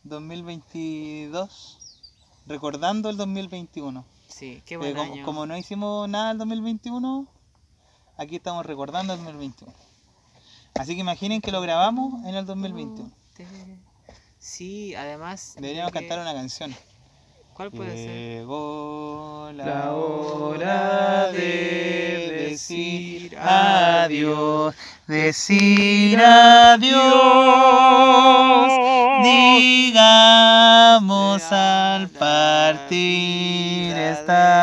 C: 2022, recordando el 2021.
B: Sí, qué buen
C: Porque Eh, como,
B: año.
C: como no hicimos nada el 2021, aquí estamos recordando el 2021. Así que imaginen que lo grabamos en el 2021.
B: Mm, Sí, además.
C: Deberíamos
B: creo que-
C: cantar una canción.
B: ¿Cuál puede ser?
C: Llegó
A: La hora de decir adiós,
C: decir
B: digamos
C: digamos
B: al partir esta